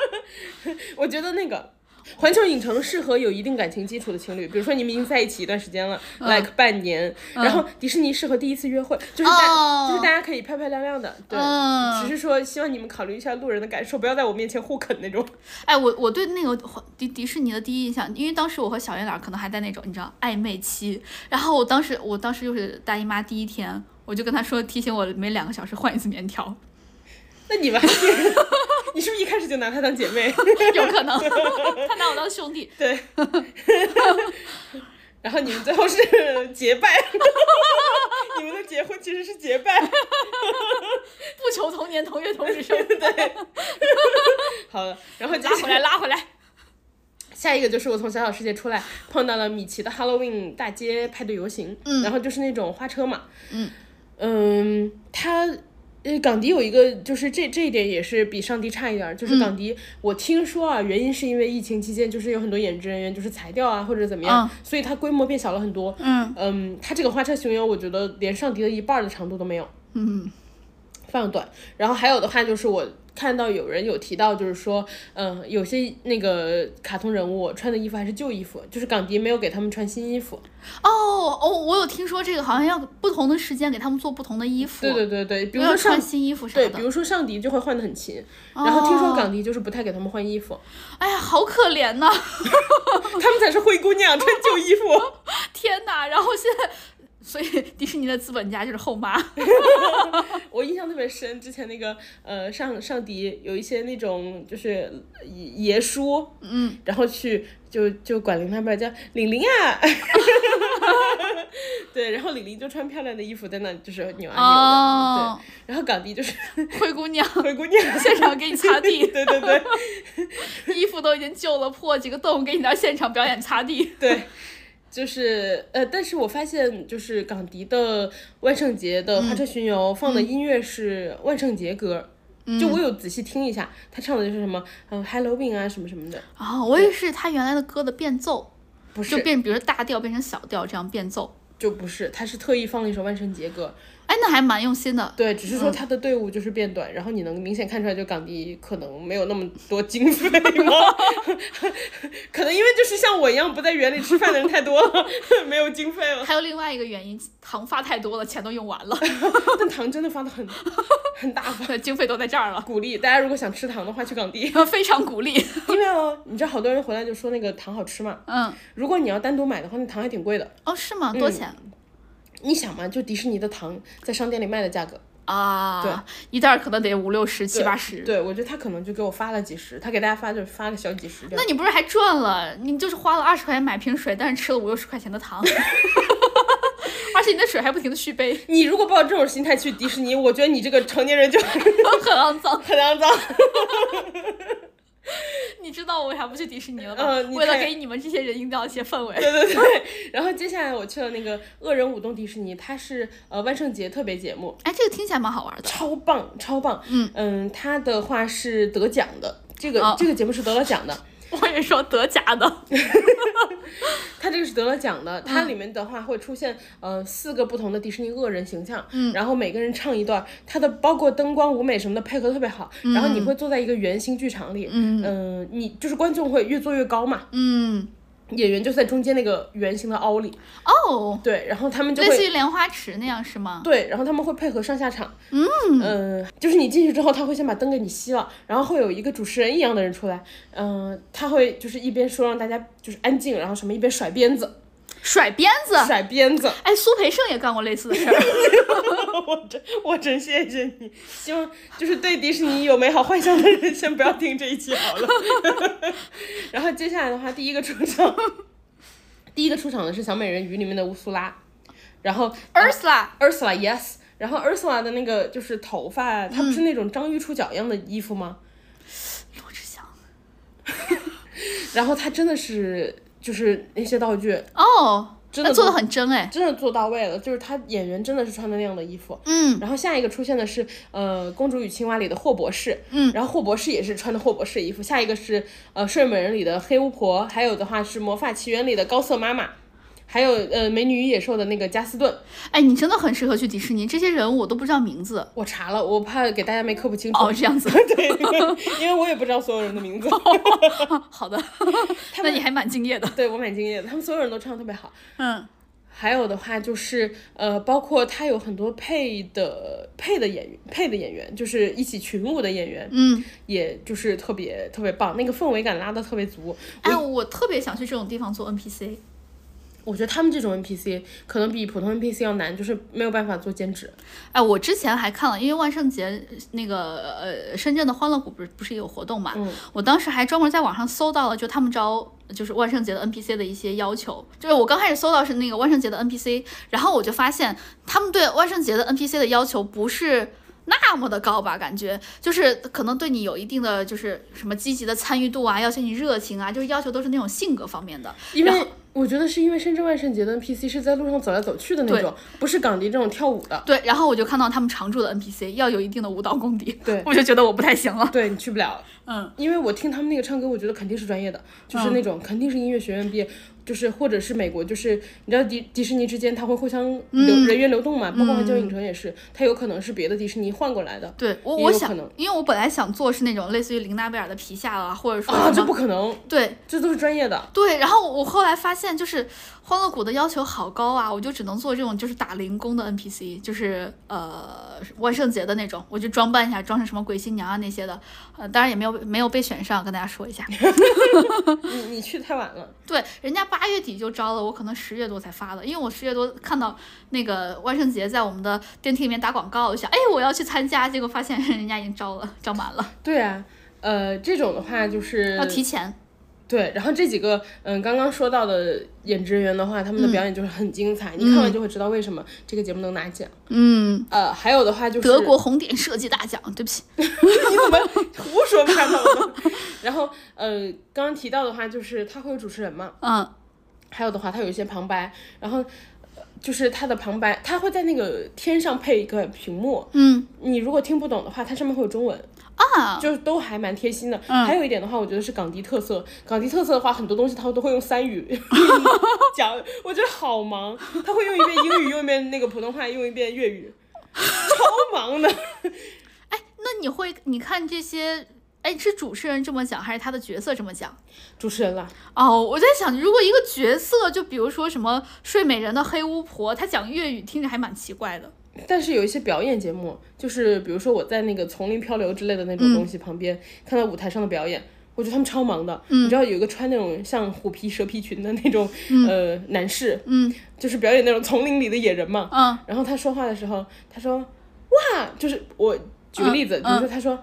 B: 我觉得那个。环球影城适合有一定感情基础的情侣，比如说你们已经在一起一段时间了、l
A: 嗯
B: i k e 半年。然后迪士尼适合第一次约会，就是大、
A: 哦
B: 就是大家可以漂漂亮亮的，对，
A: 嗯
B: 只是说希望你们考虑一下路人的感受，不要在我面前互啃那种。
A: 哎，我我对那个迪迪士尼的第一印象，因为当时我和小圆脸可能还在那种你知道暧昧期，然后我当时我当时又是大姨妈第一天，我就跟她说提醒我每两个小时换一次棉条，
B: 那你们还你是不是一开始就拿她当姐妹？
A: 有可能 他拿我当兄弟，
B: 对， 然后你们最后是结拜， 你们的结婚其实是结拜。
A: 不求同年同月同日生。
B: 好了，然后接
A: 拉
B: 下
A: 回来，拉回来。
B: 下一个就是我从小小世界出来，碰到了米奇的 Halloween 大街派对游行，嗯，然后就是那种花车嘛，
A: 嗯
B: 嗯，他呃港迪有一个就是这这一点也是比上迪差一点儿，就是港迪、我听说啊，原因是因为疫情期间就是有很多演职人员就是裁掉啊或者怎么样，所以它规模变小了很多，
A: 嗯
B: 嗯，它这个花车巡游我觉得连上迪的一半儿的长度都没有，
A: 嗯
B: 非常短。然后还有的话就是我看到有人有提到，就是说，嗯、有些那个卡通人物穿的衣服还是旧衣服，就是港迪没有给他们穿新衣服。
A: 哦哦，我有听说这个好像要不同的时间给他们做不同的衣服，
B: 对对对对，比
A: 不
B: 如
A: 要
B: 说上
A: 穿。新衣服啥
B: 对，
A: 的哦
B: 比。如说上迪就会换的很勤，然后听说港迪就是不太给他们换衣服，
A: 哎呀，好可怜呐、
B: 他们才是灰姑娘穿旧衣服。
A: 天哪！然后现在，所以迪士尼的资本家就是后妈。
B: 我印象特别深，之前那个呃上上迪有一些那种就是爷爷叔，
A: 嗯，
B: 然后去就就管玲他们叫玲玲 啊，对，然后玲玲就穿漂亮的衣服在那就是扭啊扭的，嗯
A: 哦，
B: 对，然后港迪就是
A: 灰姑娘
B: 灰姑娘，
A: 现场给你擦地，
B: 对对对
A: 衣服都已经旧了，破几个洞，给你到现场表演擦地。
B: 对。就是呃，但是我发现就是港迪的万圣节的
A: 嗯
B: 花车巡游放的音乐是万圣节歌，
A: 嗯
B: 就我有仔细听一下，他唱的就是什么嗯 Halloween 啊什么什么的，
A: 啊、我也是他原来的歌的变奏，
B: 不
A: 就是变，比如大调变成小调这样变奏。
B: 就不是，他是特意放了一首万圣节歌，
A: 哎，那还蛮用心的。
B: 对，只是
A: 嗯
B: 说他的队伍就是变短，然后你能明显看出来，就港迪可能没有那么多经费吗？ 可能因为就是像我一样不在园里吃饭的人太多了， 没有经费了。
A: 还有另外一个原因，糖发太多了，钱都用完了，
B: 但糖真的发的很很大方，
A: 对，经费都在这儿了，
B: 鼓励大家如果想吃糖的话去港迪，
A: 非常鼓 励。
B: 因为哦，你知道好多人回来就说那个糖好吃嘛，
A: 嗯，
B: 如果你要单独买的话，那糖还挺贵的。
A: 哦，是吗？多
B: 嗯
A: 少钱？
B: 你想嘛，就迪士尼的糖在商店里卖的价格，
A: 啊，对，一袋儿可能得五六十、七八十。
B: 对我觉得他可能就给我发了几十，他给大家发就是发个小几十这样。
A: 那你不是还赚了？你就是花了二十块钱买瓶水，但是吃了五六十块钱的糖， 而且你的水还不停的续杯，
B: 你如果抱着这种心态去迪士尼，我觉得你这个成年人就很
A: 很肮脏。
B: 肮脏。
A: 你知道我为啥不去迪士尼了吧？
B: 嗯你
A: 为了
B: 太
A: 给你们这些人营造一些氛围。
B: 对对对。然后接下来我去了那个恶人舞动迪士尼，它是呃万圣节特别节目，
A: 哎，这个听起来蛮好玩的。
B: 超棒超棒。
A: 嗯
B: 它的话是得奖的，这个、
A: 哦
B: 这个节目是得了奖的，
A: 我也说德甲 的，
B: 它这个是得了奖的。它里面的话会出现呃四个不同的迪士尼恶人形象，嗯，然后每个人唱一段，它的包括灯光舞美什么的配合特别好。然后你会坐在一个圆形剧场里，嗯、你就是观众会越坐越高嘛。
A: 嗯，
B: 演员就在中间那个圆形的凹里，
A: 哦，
B: 对，然后他们就
A: 类似
B: 会
A: 于莲花池那样是吗？
B: 对，然后他们会配合上下场，嗯，呃，就是你进去之后，他会先把灯给你熄了，然后会有一个主持人一样的人出来，嗯、他会就是一边说让大家就是安静，然后什么一边甩鞭子，
A: 甩鞭子。
B: 甩鞭子，
A: 哎，苏培盛也干过类似的 事儿。
B: 我真我真谢谢你，希望就是对迪士尼有美好幻想的人先不要听这一期好了， 然后接下来的话，第一个出场，第一个出场的是小美人鱼里面的乌苏拉，然后
A: Ursula，
B: Ursula yes，然后 Ursula 的那个就是头发，它
A: 嗯
B: 不是那种章鱼触角一样的衣服吗？
A: 罗志祥。
B: 然后它真的是就是那些道具
A: 哦，
B: 真
A: 那
B: 的
A: 做的很真哎。
B: 真的做到位了，就是他演员真的是穿的那样的衣服。
A: 嗯
B: 然后下一个出现的是呃《公主与青蛙》里的霍博士，嗯，然后霍博士也是穿的霍博士衣服。下一个是呃《睡美人》里的黑巫婆，还有的话是《魔法奇缘》里的高瑟妈妈，还有呃《美女与野兽》的那个加斯顿。
A: 哎，你真的很适合去迪士尼，这些人物我都不知道名字。
B: 我查了，我怕给大家没科普清楚，
A: 哦，这样子。
B: 对，因为我也不知道所有人的名字。
A: 好的，那你还蛮敬业的。
B: 对我蛮敬业的，他们所有人都唱得特别好。
A: 嗯，
B: 还有的话就是，呃，包括他有很多配的配的演员，配的演员就是一起群舞的演员，
A: 嗯，
B: 也就是特别特别棒，那个氛围感拉得特别足。
A: 哎，我特别想去这种地方做 NPC。
B: 我觉得他们这种 NPC 可能比普通 NPC 要难，就是没有办法做兼职。
A: 哎，我之前还看了，因为万圣节呃那个呃深圳的欢乐谷不是不是也有活动嘛，我当时还专门在网上搜到了，就他们招就是万圣节的 NPC 的一些要求，就是我刚开始搜到是那个万圣节的 NPC，然后我就发现他们对万圣节的 NPC 的要求不是。那么的高吧，感觉就是可能对你有一定的就是什么积极的参与度啊，要求你热情啊，就是要求都是那种性格方面的。
B: 因
A: 然
B: 为我觉得是因为深圳万圣节的 NPC 是在路上走来走去的那种，不是港迪这种跳舞的。
A: 对，然后我就看到他们常驻的 NPC 要有一定的舞蹈功底，
B: 对
A: 我就觉得我不太行了。
B: 对你去不了，
A: 嗯，
B: 因为我听他们那个唱歌，我觉得肯定是专业的，就是那种肯定是音乐学院毕业，就是或者是美国，就是你知道迪迪士尼之间它会互相流、
A: 嗯
B: 人员流动嘛，包括环球影城也是，它有可能是别的迪士尼换过来的，
A: 对我
B: 也
A: 我
B: 有
A: 想
B: 可能，
A: 因为我本来想做是那种类似于玲娜贝尔的皮下啊，或者说
B: 啊，
A: 什
B: 这
A: 么
B: 不可能，
A: 对
B: 这都是专业的。
A: 对，然后我后来发现，就是欢乐谷的要求好高啊，我就只能做这种就是打零工的 NPC，就是呃万圣节的那种，我就装扮一下，装成什么鬼新娘啊那些的，呃，当然也没有没有被选上，跟大家说 一下。
B: 你你去太晚了，
A: 对，人家八月底就招了，我可能十月多才发的，因为我十月多看到那个万圣节在我们的电梯里面打广告，我想哎我要去参加，结果发现 人家已经招了，招满了，
B: 对啊，呃，这种的话就是
A: 要提前。
B: 对，然后这几个嗯刚刚说到的演职人员的话，他们的
A: 嗯
B: 表演就是很精彩，你看完就会知道为什么这个节目能拿奖。
A: 嗯，
B: 呃，还有的话就是
A: 德国红点设计大奖， 对不起，
B: 你怎么胡说八道呢？然后，呃，刚刚提到的话，就是他会有主持人嘛，
A: 嗯
B: 还有的话，他有一些旁白，然后、呃就是他的旁白，他会在那个天上配一个屏幕，
A: 嗯
B: 你如果听不懂的话，它上面会有中文，
A: 啊，
B: 就是都还蛮贴心的。
A: 嗯
B: 还有一点的话，我觉得是港迪特色，港迪特色的话，很多东西他都会用 三语讲，我觉得好忙，他会用一遍英语，用一遍那个普通话，用一遍粤语，超忙的。
A: 那你会你看这些，哎，是主持人这么讲，还是他的角色这么讲？
B: 主持人啦，
A: 哦，我在想，如果一个角色，就比如说什么睡美人的黑巫婆，她讲粤语听着还蛮奇怪的。
B: 但是有一些表演节目，就是比如说我在那个丛林漂流之类的那
A: 嗯
B: 种东西旁边、看到舞台上的表演，我觉得他们超忙的。
A: 嗯
B: 你知道有一个穿那种像虎皮蛇皮裙的那种、呃男士，
A: 嗯
B: 就是表演那种丛林里的野人嘛。
A: 嗯
B: 然后他说话的时候，他说哇，就是我举个例子，
A: 嗯
B: 比如说他说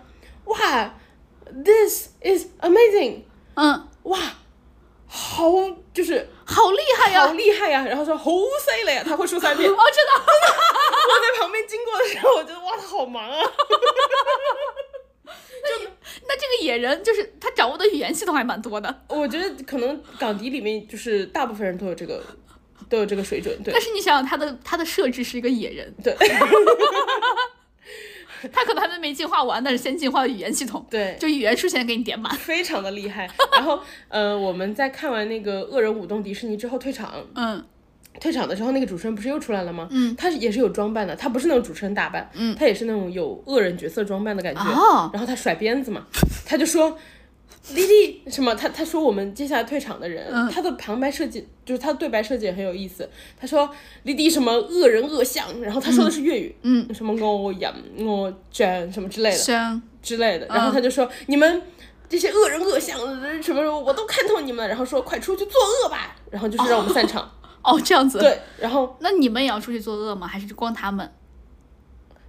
B: 哇，this is amazing，
A: 嗯，
B: 哇，好就是
A: 好厉害哎啊 哦呀！
B: 好厉害呀、然后说好犀利呀，他会说 三遍。
A: 我知道，
B: 我在旁边经过的时候，我觉得哇，他好忙啊。
A: 那这个野人就是他掌握的语言系统还蛮多的。
B: 我觉得可能港迪里面就是大部分人都有这个，都有这个水准，对
A: 但是你想想，他的他的设置是一个野 人，
B: 对
A: 他可能还没进化完，但是先进化了语言系统，
B: 对，
A: 就语言数先给你点满。
B: 非常的厉害。然后呃，我们在看完那个《恶人舞动》迪士尼之后退场，
A: 嗯
B: 退场的时候那个主持人不是又出来了吗？
A: 嗯，
B: 他也是有装扮的，他不是那种主持人打扮，
A: 嗯，
B: 他也是那种有恶人角色装扮的感觉。
A: 哦
B: 然后他甩鞭子嘛，他就说。莉莉什么？他他说我们接下来退场的人，
A: 嗯
B: 他的旁白设计就是他的对白设计也很有意思。他说莉莉什么恶人恶相，然后他说的是粤语，
A: 嗯，
B: 什么我养我卷什么之类的
A: 行，
B: 之类的，
A: 嗯
B: 然后他就说、你们这些恶人恶相什么什么，我都看透你们了，然后说快出去作恶吧，然后就是让我们散场。
A: 哦，这样子。。
B: 对，然后
A: 那你们也要出去作恶吗？还是光他们？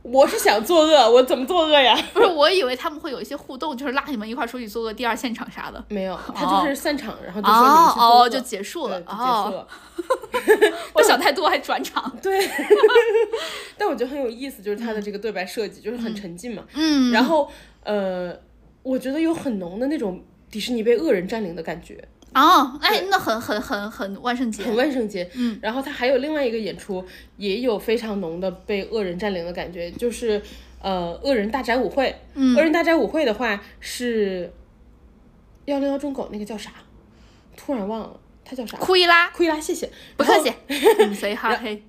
B: 我是想作恶，我怎么作恶呀？
A: 不是，我以为他们会有一些互动，就是拉你们一块儿出去做个第二现场啥的。
B: 没有，他就是散场，然后就说你们
A: 哦
B: 是作恶，
A: 哦，就结束了
B: 对，就结束
A: 哦，
B: 了。
A: 我想太多还转场，
B: 对，但我觉得很有意思，就是他的这个对白设计，就是很沉浸嘛。
A: 嗯，
B: 然后呃，我觉得有很浓的那种迪士尼被恶人占领的感觉。
A: 哦，哎，那很很很很万圣节，
B: 很万圣节。
A: 嗯，
B: 然后他还有另外一个演出，也有非常浓的被恶人占领的感觉，就是呃，恶人大宅舞会。
A: 嗯
B: 恶人大宅舞会的话是幺零幺中狗那个叫啥？突然忘了，他叫啥？
A: 库伊拉，
B: 库伊拉，谢谢。
A: 不客气，嗯谁哈黑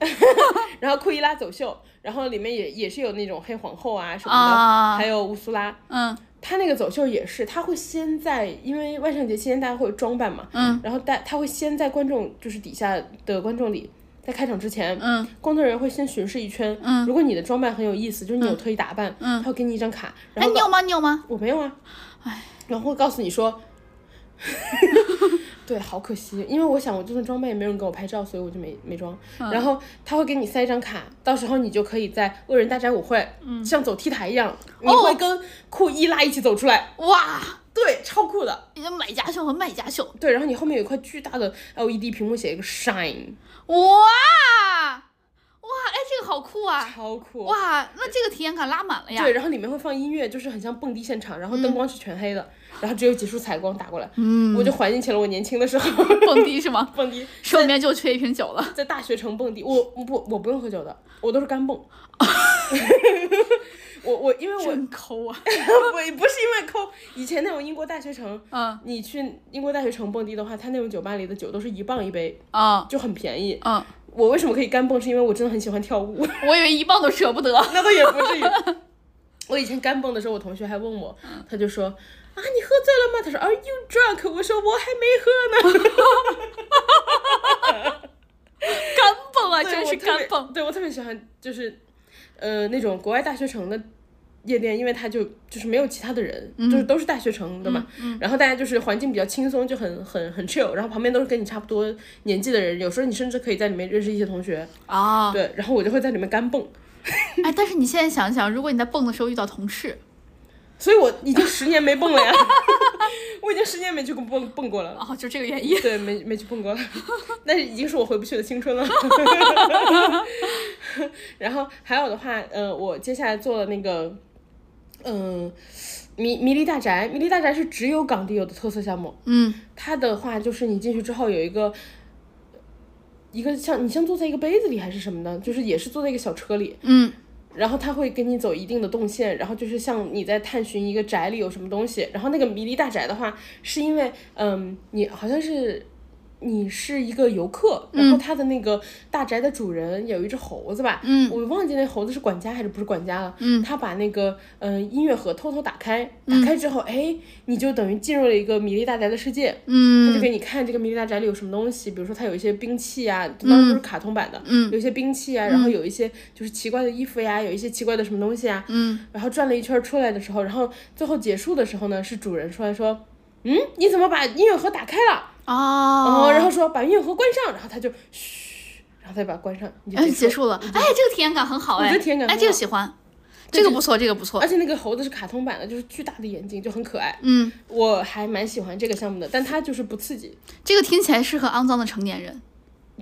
B: 然后库伊拉走秀，然后里面也也是有那种黑皇后啊什么的，
A: 啊
B: 还，有乌苏拉。
A: 嗯
B: 他那个走秀也是，他会先在，因为万圣节期间大家会装扮嘛，
A: 嗯
B: 然后大他会先在观众就是底下的观众里，在开场之前，
A: 嗯，
B: 工作人员会先巡视一圈，
A: 嗯
B: 如果你的装扮很有意思，就是你有特意打扮，
A: 嗯
B: 他会给你一张卡，然
A: 哎，
B: 后
A: 你
B: 告、
A: 有吗？你有吗？
B: 我没有啊，然后会告诉 你说，对，好可惜，因为我想我就算装扮也没人给我拍照，所以我就没没装，
A: 嗯
B: 然后他会给你塞一张卡，到时候你就可以在恶人大宅舞会，
A: 嗯
B: 像走 T 台一样，你
A: 哦
B: 会跟库伊拉一起走出来，
A: 哇，
B: 对，超酷的。
A: 你的买家秀和卖家秀，
B: 对，然后你后面有一块巨大 E 的 LED 屏幕，写一个 shine，
A: 哇哇，哎，这个好酷啊！
B: 超酷！
A: 哇，那这个体验感拉满了呀！
B: 对，然后里面会放音乐，就是很像蹦迪现场，然后
A: 嗯
B: 灯光是全黑的，然后只有几束彩光打过来，嗯，我就怀念起了我年轻的时候
A: 蹦迪是吗？
B: 蹦迪，
A: 手里面就缺一瓶酒了。
B: 在大学城蹦迪，我不我不用喝酒的，我都是 干蹦。我我因为我
A: 真抠啊！
B: 我不是因为抠，以前那种英国大学城，
A: 嗯
B: 你去英国大学城蹦迪的话，它那种酒吧里的酒都是一磅一杯，
A: 嗯
B: 就很便宜。
A: 嗯，
B: 我为什么可以干蹦，是因为我真的很喜欢跳舞。
A: 我以为一棒都舍不得。
B: 那倒也不至于。我以前干蹦的时候，我同学还问我，
A: 嗯
B: 他就说啊，你喝醉了吗？他说 Are you drunk？我说我还没喝呢。
A: 干蹦啊，
B: 对
A: 真
B: 我
A: 是
B: 特
A: 干
B: 别
A: 蹦。
B: 对我特别喜欢，就是呃那种国外大学城的夜店，因为它就就是没有其他的人，
A: 嗯
B: 就是都是大学城的嘛。然后大家就是环境比较轻松，就很很很 chill。然后旁边都是跟你差不多年纪的人，有时候你甚至可以在里面认识一些同学。
A: 啊，
B: 对，然后我就会在里面干蹦。
A: 哎，但是你现在想想，如果你在蹦的时候遇到同事，
B: 所以我已经十年没蹦了呀， 我已经十年没去蹦蹦过了。
A: 哦，就这个原因。
B: 对，没没去蹦过了， 但是已经是我回不去的青春了。 然后还有的话，呃，我接下来做了那个，嗯、迷迷离大宅，迷离大宅是只有港地有的特色项目。
A: 嗯
B: 它的话就是你进去之后有一个。一个像你像坐在一个杯子里还是什么呢？就是也是坐在一个小车里，
A: 嗯
B: 然后它会给你走一定的动线，然后就是像你在探寻一个宅里有什么东西。然后那个迷离大宅的话，是因为嗯，你好像是你是一个游客，然后他的那个大宅的主人有一只猴子吧，
A: 嗯
B: 我忘记那猴子是管家还是不是管家了，
A: 嗯
B: 他把那个嗯、呃音乐盒偷偷打开，打开之后，哎，你就等于进入了一个迷离大宅的世界，他
A: 嗯
B: 就给你看这个迷离大宅里有什么东西，比如说它有一些兵器啊，当然都是卡通版的，
A: 嗯
B: 有一些兵器啊，然后有一些就是奇怪的衣服呀，有一些奇怪的什么东西啊，
A: 嗯，
B: 然后转了一圈出来的时候，然后最后结束的时候呢，是主人出来说，嗯，你怎么把音乐盒打开了？
A: 哦，
B: 然后说把音乐盒关上，然后他就嘘，然后再把它关上，你就
A: 哎，
B: 结
A: 结
B: 束。
A: 束了。哎，这个体验感很好哎，
B: 我觉得体验感很
A: 哎，
B: 好
A: 这个喜欢，这个不错，这个不错
B: 而。且那个猴子是卡通版的，就是巨大的眼睛，就很可爱。
A: 嗯，
B: 我还蛮喜欢这个项目的，但它就是不刺激。
A: 这个听起来适合肮脏的成年人。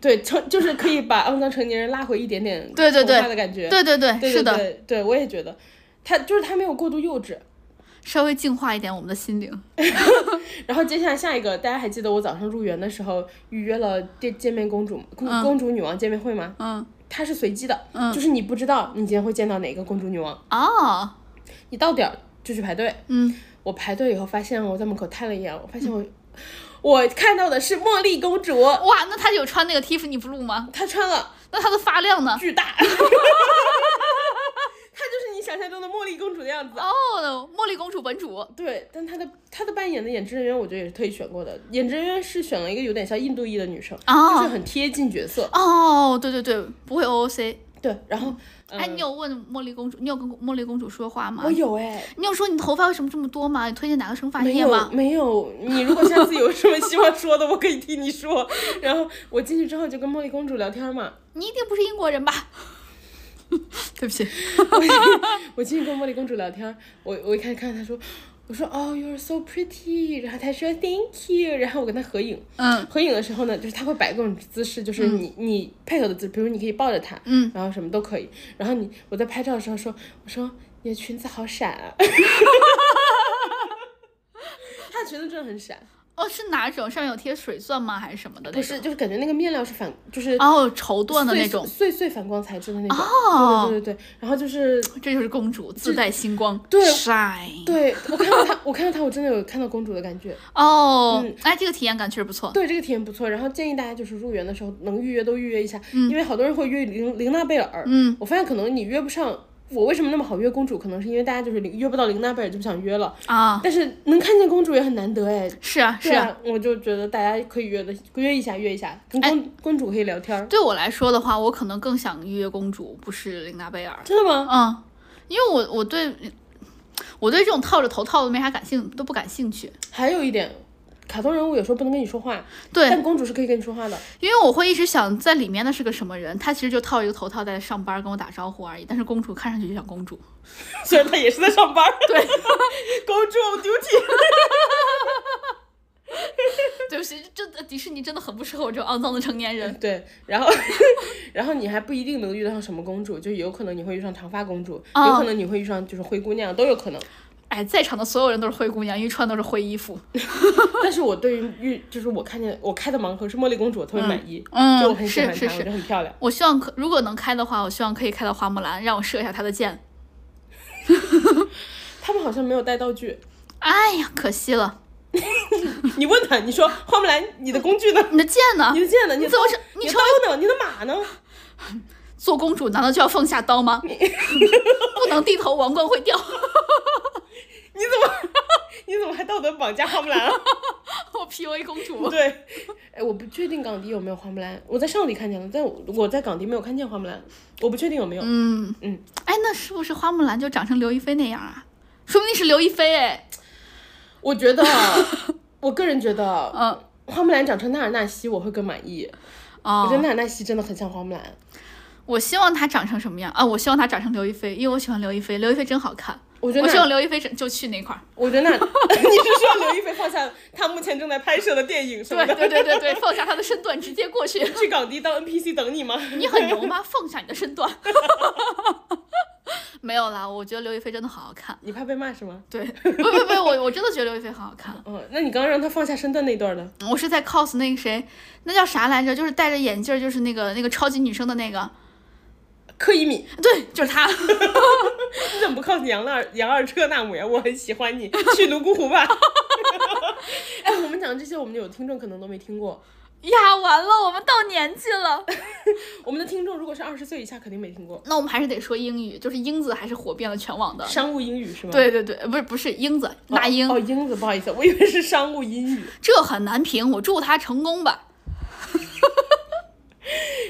B: 对，成就是可以把肮脏成年人拉回一点点
A: 对对对
B: 童话的感觉。
A: 对对对，
B: 对
A: 是的，
B: 对对，我也觉得，他就是他没有过度幼稚。
A: 稍微净化一点我们的心灵。
B: 然后接下来下一个，大家还记得我早上入园的时候预约了见见面公主公、公主女王见面会吗？
A: 嗯，
B: 它是随机的，就是你不知道你今天会见到哪个公主女王，
A: 哦，
B: 你到点儿就去排队。
A: 嗯，
B: 我排队以后发现我在门口看了一眼，我发现我、我看到的是茉莉公主，
A: 哇，那他有穿那个 Tiffany blue 吗？
B: 她穿了
A: 那他的发量呢？
B: 巨大，她 就是你想象中的茉莉公主的样子。
A: 哦，茉莉公主本主。
B: 对，但他的他的扮演的演职人员，我觉得也是特意选过的。演职人员是选了一个有点像印度裔的女生，
A: 哦
B: 就是很贴近角色。
A: 哦，对对对，不会 OOC。
B: 对，然后、嗯
A: 哎，你有问茉莉公主，你有跟茉莉公主说话吗
B: 我？有哎、
A: 你有说你头发为什么这么多吗？嗯你推荐哪个生发
B: 没
A: 液
B: 有
A: 吗？
B: 没有，你如果下次有什么希望说的，我可以替你说。然后我进去之后就跟茉莉公主聊天嘛，
A: 你一定不是英国人吧？ 对 不起，
B: 我进去跟茉莉公主聊天，我我一开始看她说，我说哦、y o u r e so pretty，然后她说 Thank you，然后我跟她合影，
A: 嗯
B: 合影的时候呢，就是她会摆各种姿势，就是你、你配合的姿势，比如你可以抱着她，
A: 嗯，
B: 然后什么都可以，然后你我在拍照的时候说，我说你的裙子好闪啊， 她的裙子真的很闪，
A: 哦，是哪种？上面有贴水钻吗？还是什么的那
B: 不
A: 种？
B: 是，就是感觉那个面料是反，就是
A: 哦，绸缎的
B: 碎
A: 那种，
B: 碎碎反光材质的那种，
A: 哦
B: 对对对对，然后就是
A: 这就是公主自带星光，啊
B: 对
A: shine。
B: 对我看到她，我看到她，我真的有看到公主的感觉。
A: 哦，哎，这个体验感确实不错。
B: 嗯对这个体验不错，然后建议大家就是入园的时候能预约都预约一下，因为好多人会约玲玲娜贝尔，
A: 嗯，
B: 我发现可能你约不上，我为什么那么好约公主，可能是因为大家就是约不到玲娜贝尔就不想约了，
A: 啊，
B: 但是能看见公主也很难得哎，
A: 是啊，是
B: 对
A: 啊。哎
B: 啊，我就觉得大家可以约的约一下约一下，跟公、公主可以聊天儿，
A: 对我来说的话，我可能更想预约公主，不是琳达贝尔。
B: 真的吗？
A: 嗯，因为我我对我对这种套着头套的没啥感兴，都不感兴趣。
B: 还有一点。卡通人物有时候不能跟你说话，
A: 对，
B: 但公主是可以跟你说话的。
A: 因为我会一直想在里面的是个什么人，他其实就套一个头套在上班跟我打招呼而已。但是公主看上去就像公主，
B: 虽然她也是在上 班，
A: 对
B: 公主 on duty。
A: 对就是真的迪士尼真的很不适合我这种肮脏的成年人。
B: 对，然后 然后你还不一定能遇到什么公主，就有可能你会遇上长发公主，
A: 哦
B: 有可能你会遇上就是灰姑娘，都有可 能。
A: 哎，在场的所有人都是灰姑娘，因为穿的都是灰衣服。
B: 但是我对于遇就是我看见我开的盲盒是茉莉公主，我特别满意，
A: 嗯
B: 就我很喜欢她，
A: 是是是
B: 我觉得很漂亮。
A: 我希望可如果能开的话，我希望可以开到花木兰，让我射一下她的箭。
B: 他们好像没有带道具，
A: 哎呀，可惜了，
B: 你问他，你说花木兰，你的工具呢？
A: 你的箭呢
B: 你？的剑呢？你
A: 你
B: 的
A: 怎
B: 刀
A: 么是？
B: 你
A: 你
B: 的
A: 成
B: 刀呢？你的马呢？
A: 做公主难道就要放下刀吗？ 不能低头，王冠会掉。
B: 你怎 么你怎么还道德绑架花木兰了？
A: 我 PUA 公主。
B: 对，哎，我不确定港迪有没有花木兰，我在上里看见了，但我我在港迪没有看见花木兰，我不确定有没有。
A: 嗯
B: 嗯，
A: 哎，那是不是花木兰就长成刘亦菲那样啊？说不定是刘亦菲哎。
B: 我觉得， 我个人觉得，啊
A: 嗯
B: 花木兰长成纳尔纳西我会更满意。我觉得
A: 哦，
B: 纳尔纳西真的很像花木兰，
A: 我希望她长成什么样啊？我希望她长成刘亦菲，因为我喜欢刘亦菲，刘亦菲真好看。
B: 我觉得
A: 我希
B: 纳
A: 望，刘亦菲整就去那块 儿。
B: 我觉得纳，你是说刘亦菲放下她目前正在拍摄的电影什么
A: 对对
B: 的，
A: 对对对，放下她的身段直接过去。
B: 去港迪当 NPC 等你吗？
A: 你很牛吗？ 放下你的身段。没有啦，我觉得刘亦菲真的好好看。
B: 你怕被骂是吗？
A: 对，不不不，我我真的觉得刘亦菲很好看。
B: 嗯，那你刚刚让她放下身段那段呢？
A: 我是在 cos 那个谁，那叫啥来着？就是戴着眼镜儿，就是那个那个超级女生的那个，
B: 柯以敏，
A: 对，就是她。
B: 你怎么不靠杨二杨二车纳姆呀？我很喜欢你，去泸沽湖吧。 哎，我们讲这些，我们有听众可能都没听过。
A: 呀，完了，我们到年纪了。
B: 我们的听众如果是二十岁以下，肯定没听过。
A: 那我们还是得说英语，就是英子还是火遍了全网的。
B: 商务英语是吗？
A: 对对对，呃不是不是英子，
B: 哦，
A: 那英，
B: 哦，英子，不好意思，我以为是商务英语。
A: 这很难评，我祝她成功吧。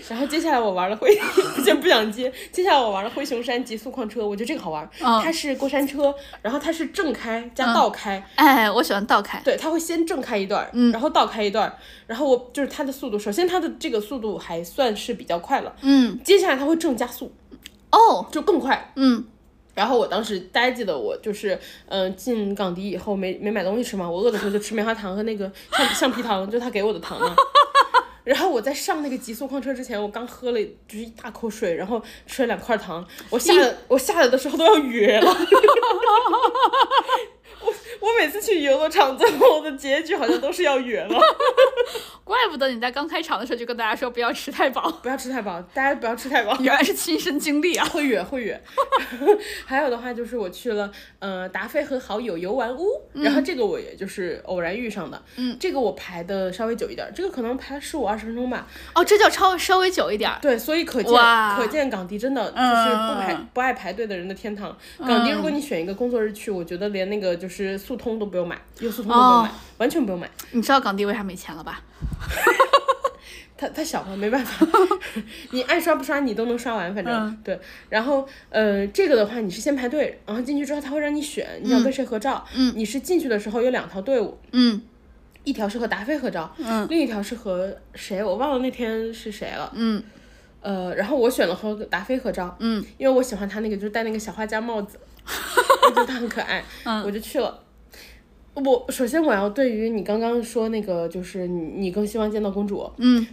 B: 然后接下来我玩了灰， 先不想接。接下来我玩了灰熊山极速矿车，我觉得这个好玩儿。
A: 嗯
B: 它是过山车，然后它是正开加倒开，
A: 哎，我喜欢倒开，
B: 对，它会先正开一段儿，
A: 嗯
B: 然后倒开一段儿，然后我就是它的速度，首先它的这个速度还算是比较快了，
A: 嗯，
B: 接下来它会正加速，
A: 哦，
B: 就更快。
A: 嗯，
B: 然后我当时大家记得我就是，嗯、进港迪以后没没买东西吃嘛，我饿的时候就吃棉花糖和那个 橡橡皮糖，就他给我的糖嘛。 然后我在上那个极速矿车之前，我刚喝了就是一大口水，然后吃了两块糖，我下来我下来的时候都要哕了。 我我每次去游乐场，最后的结局好像都是要哕了。
A: 怪不得你在刚开场的时候就跟大家说不要吃太饱，
B: 不要吃太饱，大家不要吃太饱。
A: 原来是亲身经历啊。
B: 会远会远， 还有的话就是我去了，呃，达菲和好友游玩屋，
A: 嗯
B: 然后这个我也就是偶然遇上的，嗯，这个我排的稍微久一点儿，这个可能排了十五二十分钟吧，
A: 哦，这叫超稍微久一点儿。
B: 对，所以可见
A: 哇
B: 可见港迪真的就是不排、
A: 嗯
B: 不爱排队的人的天堂。港迪如果你选一个工作日去，我觉得连那个就是速通都不用买，优速通都不用买，
A: 哦
B: 完全不用买，
A: 你知道港迪为啥没钱了吧？
B: 他他小嘛，没办 法，你爱刷不刷你都能刷完，反正、对。然后呃，这个的话你是先排队，然后进去之后他会让你选你想跟谁合照。嗯，你是进去的时候有两条队伍，
A: 嗯
B: 一条是和达菲合照，嗯，另一条是和谁我忘了那天是谁了。
A: 嗯，
B: 呃，然后我选了和达菲合照，
A: 嗯，
B: 因为我喜欢他那个就是戴那个小画家帽 子，我觉得他很可爱， 嗯，我就去了。我首先我要对于你刚刚说那个，就是你你更希望见到公主，
A: 嗯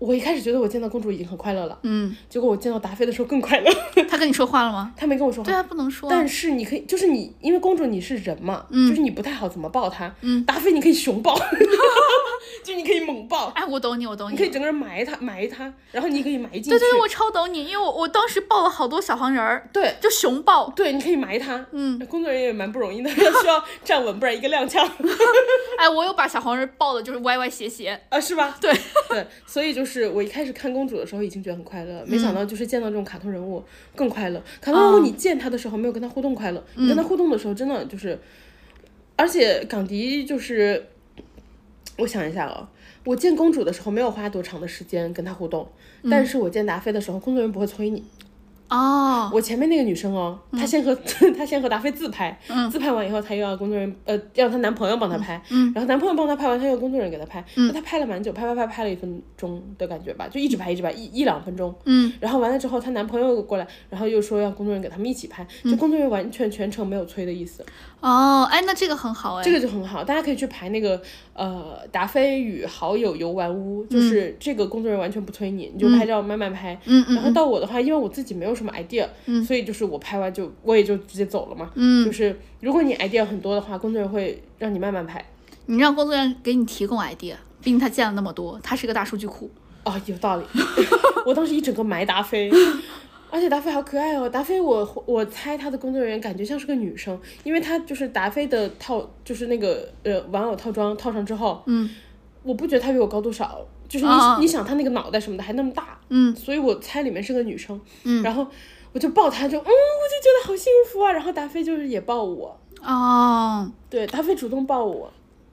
B: 我一开始觉得我见到公主已经很快乐了，
A: 嗯，
B: 结果我见到达菲的时候更快乐。
A: 他跟你说话了吗？
B: 他没跟我说
A: 对
B: 话，
A: 啊，不能说啊。
B: 但是你可以，就是你，因为公主你是人嘛，就是你不太好怎么抱她。
A: 嗯
B: 达菲你可以 熊抱， 就你可以猛抱，
A: 哎，我懂你，我懂你。
B: 你可以整个人埋她，埋她，然后你可以埋进去。
A: 对对对，我超懂你，因为我我当时抱了好多小黄人儿，
B: 对
A: 就熊抱。
B: 对你可以埋她。
A: 嗯，
B: 工作人员也蛮不容易的， 需要站稳，不然一个踉跄。
A: 哎，我有把小黄人抱的，就是歪歪斜斜。
B: 啊，是吧？
A: 对
B: 对，所以就是我一开始看公主的时候已经觉得很快乐，没想到就是见到这种卡通人物更快乐。卡通人物你见他的时候没有跟他互动快乐，你跟他互动的时候真的就是，而且港迪就是，我想一下啊、我见公主的时候没有花多长的时间跟她互动，但是我见达菲的时候，工作人员不会催你，
A: 哦，
B: 我前面那个女生哦，她先和、 她先和达菲自拍，自拍完以后，她又要工作人员呃，要她男朋友帮她拍，然后男朋友帮她拍完，她又工作人员给她拍，那她拍了蛮久，拍拍拍拍了一分钟的感觉吧，就一直拍一直拍一一两分钟，
A: 嗯，
B: 然后完了之后，她男朋友过来，然后又说让工作人员给他们一起拍，就工作人员完全全程没有催的意思，
A: 哦，哎，那这个很好哎，
B: 这个就很好，大家可以去排那个呃达菲与好友游玩屋，就是这个工作人员完全不催你，你就拍照慢慢拍，
A: 嗯
B: 然后到我的话，因为我自己没有什么 idea，、所以就是我拍完就我也就直接走了嘛。
A: 嗯
B: 就是如果你 idea 很多的话，工作人员会让你慢慢拍。
A: 你让工作人员给你提供 idea，毕竟他见了那么多，他是个大数据库。
B: 哦，有 道理。我当时一整个埋达菲，而且达菲好可爱哦。达菲我，我猜他的工作人员感觉像是个女生，因为他就是达菲的套，就是那个呃玩偶套装套上之后，
A: 嗯，
B: 我不觉得他比我高多少，就是你、
A: 哦
B: 你想他那个脑袋什么的还那么大，
A: 嗯，
B: 所以我猜里面是个女生，
A: 嗯
B: 然后我就抱他就嗯，我就觉得好幸福啊。然后达菲就是也抱我，
A: 哦，
B: 对，达菲主动抱我，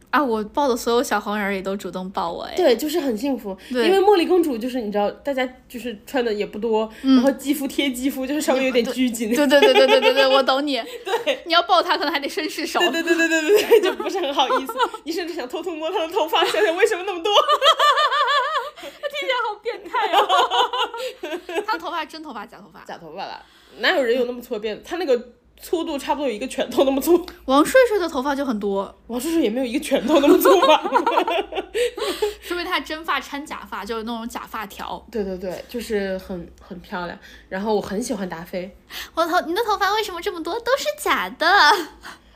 A: 啊，我抱的所有小黄人儿也都主动抱我哎。
B: 对，就是很幸福。
A: 对
B: 因为茉莉公主就是你知道，大家就是穿的也不多，然后肌肤贴肌肤，就是稍微有点拘谨。
A: 嗯对对对对对对对，我 懂你。对，你要抱他，可能还得绅士手。
B: 对对对对对对，就不是很好意思。你甚至想偷偷摸她的头发，想想为什么那么多。
A: 听起来好变态哦。 他头发是真头发假头发？
B: 假头发啦，哪有人有那么粗的辫子？她那个粗度差不多有一个拳头那么粗。
A: 王睡睡的头发就很多，
B: 王叔叔也没有一个拳头那么粗吧？
A: 说明他真发掺假发，就是那种假发条。
B: 对对对，就是很很漂亮。然后我很喜欢达菲。
A: 我头，你的头发为什么这么多？都是假的。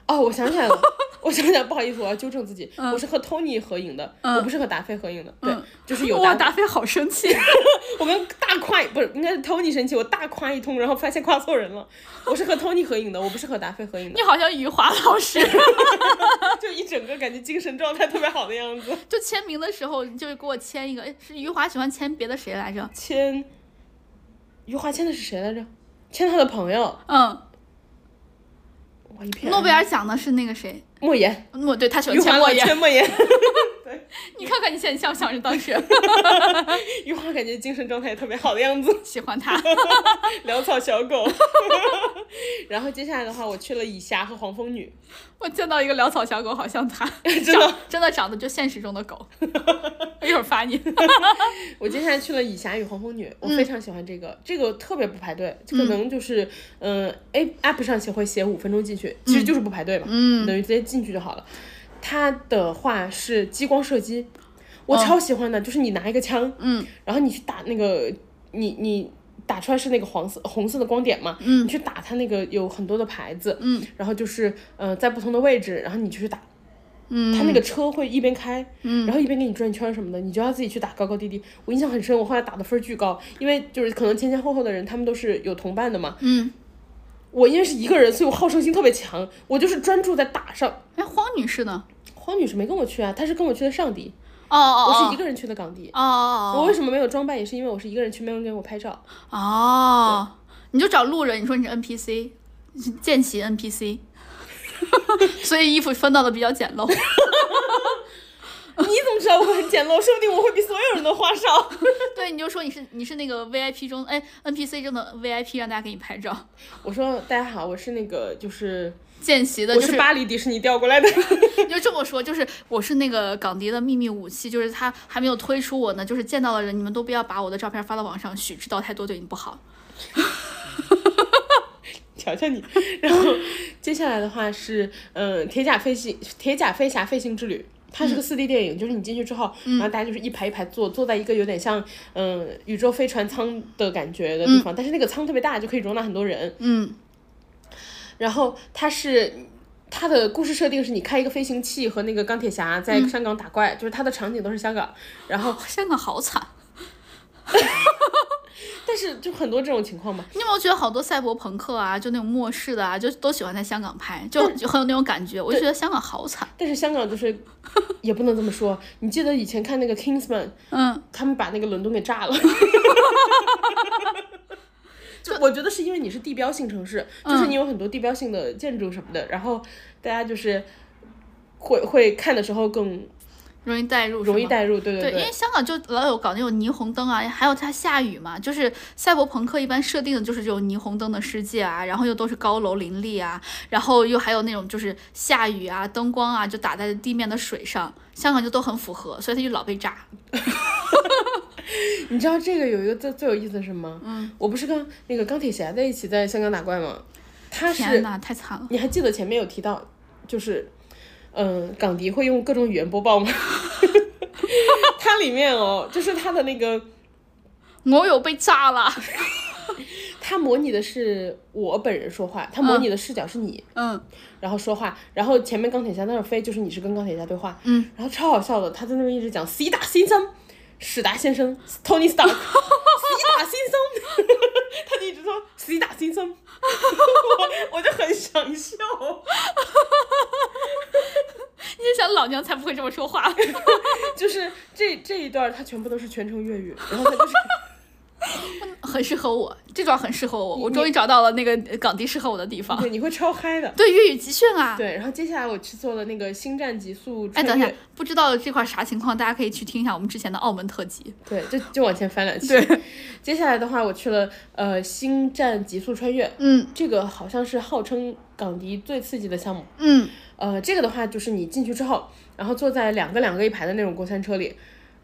B: 哦，我想起来了，我想起来，不好意思，我要纠正自己，
A: 嗯
B: 我是和 Tony 合影的，我不是和达菲合影的。对， 就是有
A: 哇，
B: 达
A: 达菲好生气。
B: 我跟大夸不是应该是 Tony 生气，我大夸一通，然后发现夸错人了。我是和 Tony 合影的，我不是和达菲合影的
A: 你，好像余华老师，
B: 就一整个感觉精神状态特别好的样子。
A: 就签名的时候，你就是给我签一个。哎，是余华喜欢签别的谁来着？
B: 签余华签的是谁来着？签他的朋友，
A: 嗯，
B: 我一片
A: 诺贝尔奖的是那个谁？
B: 莫言，
A: 莫对他喜
B: 余
A: 欢
B: 华
A: 签
B: 老
A: 莫言。
B: 签莫言，
A: 你看看你现在像不像是当 时
B: 余华感觉精神状态也特别好的样子，
A: 喜欢他？
B: 潦草小狗。 然后接下来的话，我去了以霞和黄蜂 女，
A: 我见到一个潦草小狗，好像他，
B: 真的，
A: 真的长得就现实中的狗。我一会儿发你。
B: 我接下来去了《以侠与黄蜂女》，我
A: 嗯
B: 非常喜欢这个，这个特别不排队，可能就是嗯、呃、，A app 上写会写五分钟进去，其实就是不排队嘛，
A: 嗯
B: 等于直接进去就好了。它的话是激光射击，我
A: 哦
B: 超喜欢的，就是你拿一个枪，
A: 嗯，
B: 然后你去打那个你你。打出来是那个黄色、红色的光点嘛？
A: 嗯
B: 你去打它那个有很多的牌子，
A: 嗯，
B: 然后就是呃在不同的位置，然后你就去打，
A: 嗯
B: 他那个车会一边开，然后一边给你转圈什么的，你就要自己去打高高低低。我印象很深，我后来打的分儿巨高，因为就是可能前前后后的人他们都是有同伴的嘛。
A: 嗯，
B: 我因为是一个人，所以我好胜心特别强，我就是专注在打上。
A: 哎，荒女士呢？
B: 黄女士没跟我去啊，她是跟我去的上迪，
A: 哦哦
B: 我
A: 哦，
B: 是一个人去的港迪。
A: 哦哦
B: 我为什么没有装扮，也是因为我是一个人去，没有人给我拍照。
A: 哦哦，你就找路人，你说你是 NPC，你是见习 NPC，所以衣服分到的比较简陋。
B: 你怎么知道我很简陋？说不定我会比所有人都花哨。
A: 对，你就说你是你是那个 VIP 中哎 NPC 中的 VIP，让大家给你拍照。
B: 我说大家好，我是那个就是
A: 见习的
B: 我
A: 呃就是是
B: 巴黎迪士尼调过来的。
A: 你就这么说，就是我是那个港迪的秘密武器，就是他还没有推出我呢，就是见到的人，你们都不要把我的照片发到网上去，知道太多对你不好。
B: 瞧瞧你。然后接下来的话是，嗯，铁甲飞行，铁甲飞侠飞行之旅。它是个四 D 电影，就是你进去之后，然后大家就是一排一排坐，坐在一个有点像嗯、宇宙飞船舱的感觉的地方，但是那个舱特别大，就可以容纳很多人。
A: 嗯
B: 然后它是它的故事设定是你开一个飞行器和那个钢铁侠在香港打怪，就是它的场景都是香港。然后
A: 香港好惨，
B: 但是就很多这种情况嘛，
A: 你有没有觉得好多赛博朋克啊，就那种末世的啊，就都喜欢在香港拍，就就很有那种感觉。我就觉得香港好惨。
B: 但是香港就是 也不能这么说。你记得以前看那个 Kingsman，
A: 嗯，
B: 他们把那个伦敦给 炸了。就我觉得是因为你是地标性城市，
A: 嗯
B: 就是你有很多地标性的建筑什么的，然后大家就是会会看的时候更
A: 容易带入，
B: 容易带入，对
A: 对，因
B: 对
A: 为。香港就老有搞那种霓虹灯啊，还有它下雨嘛，就是赛博朋克一般设定的就是这种霓虹灯的世界啊，然后又都是高楼林立啊，然后又还有那种就是下雨啊，灯光啊就打在地面的水上，香港就都很符合，所以它就老被炸。
B: 你知道这个有一个最最有意思的是什么？嗯，我不是跟那个钢铁侠在一起在香港打怪吗？他
A: 天
B: 是，
A: 呐，太惨了！
B: 你还记得前面有提到，就是，嗯、港迪会用各种语言播报吗？ 它里面哦，就是它的那个，
A: 我有被炸了。
B: 它模拟的是我本人说话，它模拟的视角是你，
A: 嗯，
B: 然后说话，然后前面钢铁侠在那儿飞，就是你是跟钢铁侠对话，嗯，然后超好笑的，他在那边一直讲西达先生，史达先生，Tony Stark，西达先生， 他就一直说西达先生， 我我就很想笑，
A: 你就想老娘才不会这么说话，
B: 就是这这一段他全部都是全程粤语，然后他就是
A: 很适合我，这段很适合我，我终于找到了那个港地适合我的地方。
B: 对你会超嗨的，
A: 对，粤语集训啊。
B: 对，然后接下来我去做了那个星战极速
A: 哎，
B: 穿
A: 等一下
B: 越，，
A: 不知道这块啥情况，大家可以去听一下我们之前的澳门特辑。
B: 对，就就往前翻 两期，
A: 对，
B: 接下来的话我去了呃星战极速穿越，
A: 嗯
B: 这个好像是号称港迪最刺激的项目。
A: 嗯，
B: 呃，这个的话就是你进去之后，然后坐在两个两个一排的那种过山车里。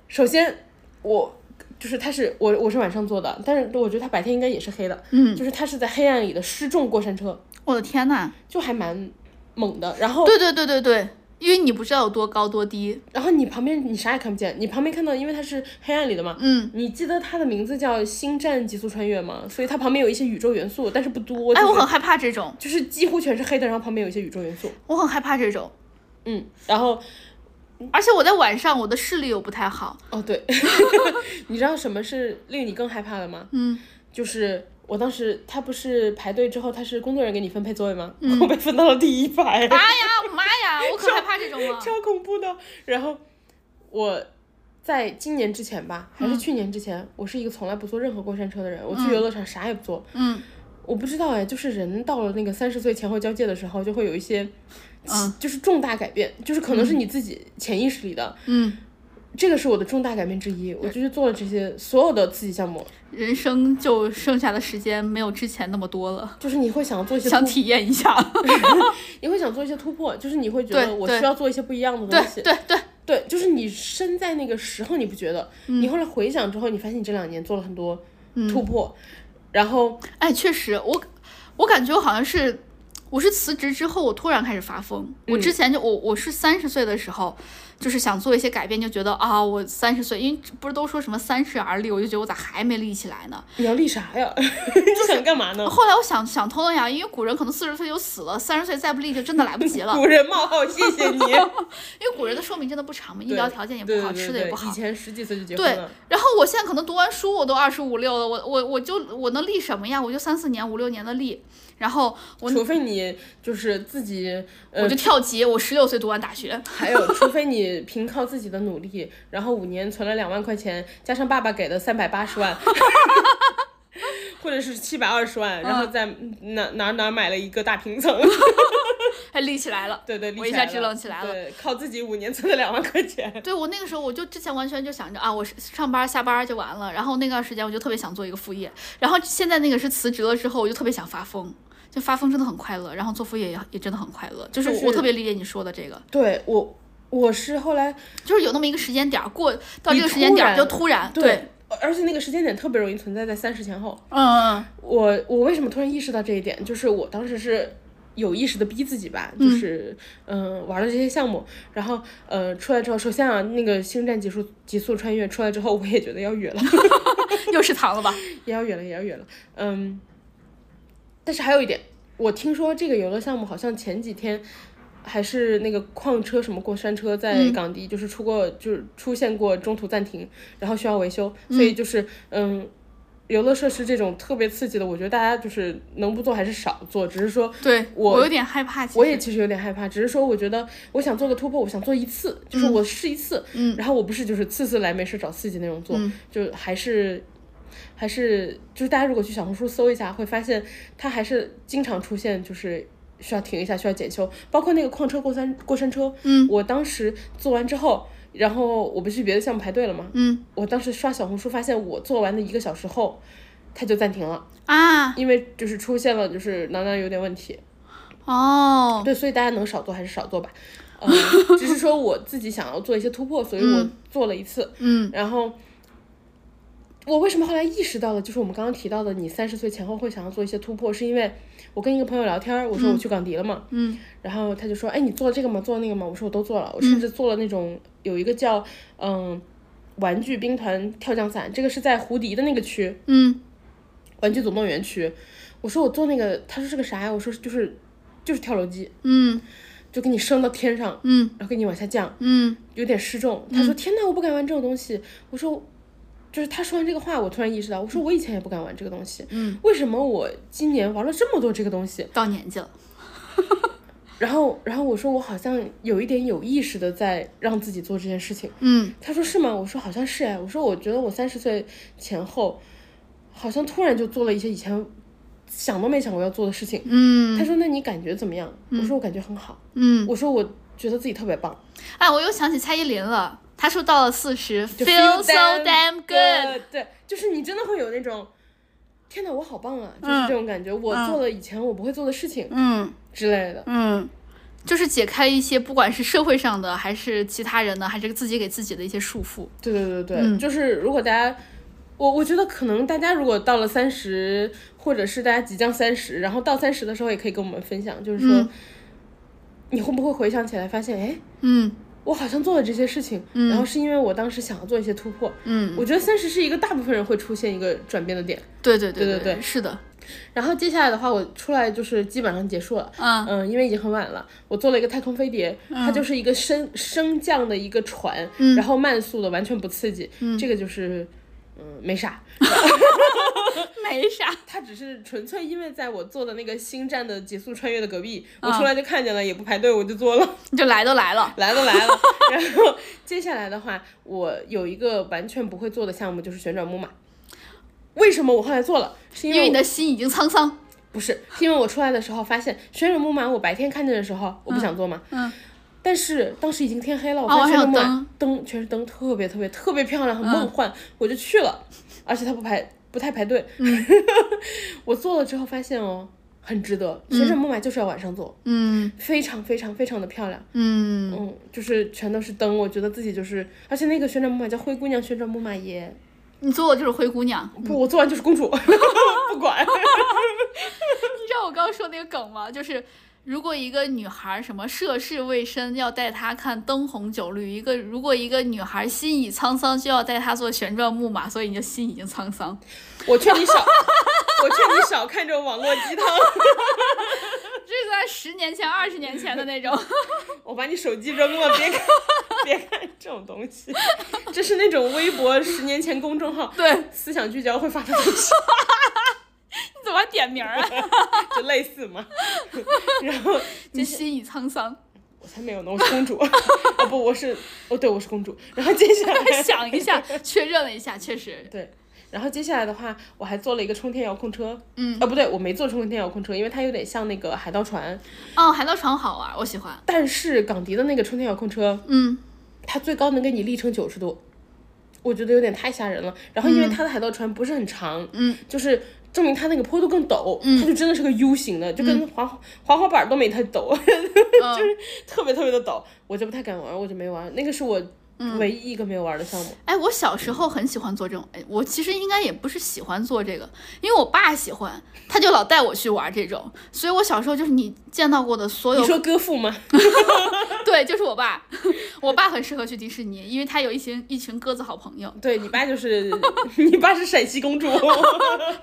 B: 首先，我就是它是我我是晚上坐的，但是我觉得它白天应该也是黑的。嗯，就是它是在黑暗里的失重过山车，
A: 我的天呐！
B: 就还蛮猛的。然后，
A: 对对对对对，因为你不知道有多高多低。
B: 然后你旁边你啥也看不见，你旁边看到，因为它是黑暗里的嘛。
A: 嗯，
B: 你记得它的名字叫《星战极速穿越》吗？所以它旁边有一些宇宙元素，但是不多。
A: 哎，
B: 就是
A: 我很害怕这种，
B: 就是几乎全是黑的，然后旁边有一些宇宙元素。
A: 我很害怕这种，
B: 嗯，然后
A: 而且我在晚上我的视力又不太好。
B: 哦， 对，你知道什么是令你更害怕的吗？
A: 嗯，
B: 就是我当时他不是排队之后，他是工作人员给你分配座位吗？
A: 嗯
B: 我被分到了第一排，
A: 哎呀妈呀，我可害怕这种啊 了。
B: 超恐怖的。然后我在今年之前吧，还
A: 嗯
B: 是去年之前，我是一个从来不坐任何过山车的人，我去游乐场啥也不坐。
A: 嗯，
B: 我不知道哎，就是人到了那个三十岁前后交界的时候，就会有一些，
A: 嗯
B: 就是重大改变，就是可能是你自己潜意识里的，
A: 嗯，
B: 这个是我的重大改变之一。我就是做了这些所有的刺激项目，
A: 人生就剩下的时间没有之前那么多了，
B: 就是你会想做一些突
A: 想，体验一下。
B: 你会想做一些突破，就是你会觉得
A: 对
B: 我
A: 对
B: 需要做一些不一样的
A: 对
B: 东西。
A: 对对，
B: 对就是你身在那个时候，你不觉得？
A: 嗯
B: 你后来回想之后，你发现你这两年做了很多突破，
A: 嗯
B: 然后
A: 哎，确实，我我感觉我好像是，我是辞职之后，我突然开始发疯。我
B: 嗯
A: 之前就我我是三十岁的时候，就是想做一些改变，就觉得啊，我三十岁，因为不是都说什么三十而立，我就觉得我咋还没立起来呢？
B: 你要立啥 哎呀？你想干嘛呢？
A: 后来我想想通了呀，因为古人可能四十岁就死了，三十岁再不立就真的来不及了。
B: 古人冒号，谢谢 你。
A: 因为古人的寿命真的不长嘛，医
B: 对
A: 疗条件也不
B: 对
A: 好，
B: 对
A: 吃的
B: 对
A: 也不
B: 以
A: 好。
B: 前十几岁就结
A: 对
B: 婚了，，
A: 然后我现在可能读完书，我都二十五六了，我我我就我能立什么呀？我就三四年、五六年的立，然后我
B: 除非你就是自己，
A: 我
B: 呃
A: 就，跳级，我十六岁读完大学。
B: 还有除非你凭靠自己的努力，然后五年存了两万块钱，加上爸爸给的三百八十万。 或者是七百二十万，
A: 嗯
B: 然后再哪哪哪买了一个大 平层，
A: 还立起来了。
B: 对对，立
A: 我一
B: 起
A: 下
B: 来
A: 支棱起来了
B: 对，靠自己五年存的两万块钱，
A: 对我那个时候，我就之前完全就想着啊，我是上班下班就完了。然后那段时间我就特别想做一个副业，然后现在那个是辞职了之后，我就特别想发疯，就发疯真的很快乐，然后做副业也也真的很快乐。就是我
B: 就是
A: 我特别理解你说的这个，
B: 对我我是后来
A: 就是有那么一个时间点儿过到这
B: 你
A: 个时间
B: 突
A: 点儿
B: 然
A: 就突然对，，
B: 而且那个时间点特别容易存在在三十前后。
A: 嗯嗯
B: 我我为什么突然意识到这一点？就是我当时是有意识的逼自己吧，就是嗯、呃玩了这些项目，然后呃出来之后，首先啊那个星战极速极速穿越出来之后，我也觉得要远了，
A: 嗯，又是糖了 吧？
B: 也要远了，也要远了，嗯。但是还有一点，我听说这个游乐项目好像前几天。还是那个矿车什么过山车在港迪就是出过，就是出现过中途暂停，然后需要维修，所以就是嗯，游乐设施这种特别刺激的，我觉得大家就是能不做还是少做，只是说
A: 对
B: 我
A: 有点害怕，其
B: 我
A: 实
B: 也其实有点害怕，只是说我觉得我想做个突破，我想做一次，就是我试一次，嗯，然后我不是就是次次来没事找刺激那种做，就还是。还是就是大家如果去小红书搜一下，会发现它还是经常出现，就是需要停一下，需要检修，包括那个矿车过山过山车，嗯，我当时做完之后然后我不是去别的项目排队了吗？
A: 嗯
B: 我当时刷小红书发现，我做完的一个小时后，它就暂停了，
A: 啊，
B: 因为就是出现了就是囊囊有点问题。
A: 哦，
B: 对，所以大家能少做还是少做吧。呃，只是说我自己想要做一些突破，所以我做了一次。
A: 嗯
B: 然后我为什么后来意识到了，就是我们刚刚提到的，你三十岁前后会想要做一些突破，是因为我跟一个朋友聊天儿，我说我去港迪了嘛，
A: 嗯
B: 然后他就说，哎，你做了这个吗？做了那个吗？我说我都做了，我甚至做了那种、有一个叫嗯玩具兵团跳降伞，这个是在胡迪的那个区，
A: 嗯
B: 玩具总动员区。我说我做那个，他说是个啥呀？我说就是就是跳楼机，
A: 嗯
B: 就给你升到天上，
A: 嗯
B: 然后给你往下降，
A: 嗯
B: 有点失重。他说天哪，我不敢玩这种东西。我说。就是他说完这个话，我突然意识到，我说我以前也不敢玩这个东西，
A: 嗯，
B: 为什么我今年玩了这么多这个东西？
A: 到年纪了，
B: 然后，然后我说我好像有一点有意识的在让自己做这件事情。
A: 嗯
B: 他说是吗？我说好像是哎。我说我觉得我三十岁前后，好像突然就做了一些以前想都没想过要做的事情。
A: 嗯
B: 他说那你感觉怎么样？我说我感觉很好。
A: 嗯，
B: 我说我觉得自己特别棒。
A: 哎，我又想起蔡依林了，她说到了四十
B: 就
A: ，feel so damn good，
B: good。对，就是你真的会有那种，天哪，我好棒啊！就
A: 嗯
B: 是这种感觉，我做了以前我不会做的事情
A: 嗯
B: 之类的。
A: 嗯。就是解开一些，不管是社会上的，还是其他人的，还是自己给自己的一些束缚。
B: 对对对对，
A: 嗯
B: 就是如果大家，我我觉得可能大家如果到了三十，或者是大家即将三十，然后到三十的时候，也可以跟我们分享，就是说，
A: 嗯
B: 你会不会回想起来发现，哎，
A: 嗯
B: 我好像做了这些事情，然后是因为我当时想要做一些突破。
A: 嗯，
B: 我觉得三十是一个大部分人会出现一个转变的点。
A: 对对对
B: 对对
A: 对，
B: 对
A: 是的，
B: 然后接下来的话，我出来就是基本上结束了。
A: 嗯
B: 嗯，因为已经很晚了，我做了一个太空飞碟，它就是一个升升降的一个船，
A: 嗯
B: 然后慢速的，完全不刺激，这个就是。嗯，没啥，
A: 没啥。
B: 它只是纯粹因为在我做的那个星战的极速穿越的隔壁，
A: 嗯
B: 我出来就看见了，也不排队，我就做了，
A: 你就来都来了，
B: 来都来 了。然后接下来的话，我有一个完全不会做的项目，就是旋转木马。为什么我后来做了？是因
A: 因
B: 为
A: 为
B: 我
A: 你的心已经沧桑。
B: 不是，是因为我出来的时候发现旋转木马，我白天看见的时候我不想做嘛，
A: 嗯
B: 但是当时已经天黑了，我
A: 哦
B: 发现
A: 还有
B: 旋转木马灯全是灯，特别特别特别漂亮，很
A: 嗯
B: 梦幻，我就去了，而且它不排不太排队，
A: 嗯
B: 我做了之后发现哦，很值得，旋转木马就是要晚上做，
A: 嗯
B: 非常非常非常的漂亮，
A: 嗯，
B: 嗯，就是全都是灯，我觉得自己就是，而且那个旋转木马叫灰姑娘旋转木马耶，
A: 你做我就是灰姑娘，
B: 不，我做完就是公主， 不管，
A: 你知道我刚刚说那个梗吗？就是如果一个女孩儿什么涉世未深，要带她看灯红酒绿；一个如果一个女孩儿心已沧桑，就要带她做旋转木马，所以你的心已经沧桑。
B: 我劝你少， 我劝你少看这种网络鸡汤。
A: 这是在十年前、二十年前的那种。
B: 我把你手机扔了，别看，别看这种东西，这是那种微博十年前公众号
A: 对，你
B: 思想聚焦会发的东西，
A: 怎么还点名儿啊？
B: 就类似嘛。 然后
A: 你心已沧桑，
B: 我才没有呢，我是公主 啊，不，我是哦，对，我是公主。然后接下来
A: 想一下，确认了一下，确实，
B: 对。然后接下来的话，我还做了一个冲天遥控车，
A: 嗯，
B: 啊不对，我没做冲天遥控车，因为它有点像那个海盗船，
A: 哦，海盗船好玩儿，我喜欢。
B: 但是港迪的那个冲天遥控车，
A: 嗯
B: 它最高能给你立成九十度，我觉得有点太吓人了。然后因为它的海盗船不是很长，
A: 嗯，
B: 就是证明它那个坡度更陡，它就真的是个 U 型的，就跟滑、滑滑板都没它 陡，
A: 嗯
B: 就是特别特别的陡。我就不太敢玩，我就没玩。那个是我唯一一个没有玩的项目。
A: 哎，我小时候很喜欢做这种，哎，我其实应该也不是喜欢做这个，因为我爸喜欢，他就老带我去玩这种，所以我小时候就是你见到过的所
B: 你
A: 有，
B: 说歌赋吗？
A: 对，就是我爸， 我爸很适合去迪士尼，因为他有一群一群鸽子好朋友，
B: 对你爸就是 你爸是陕西公主，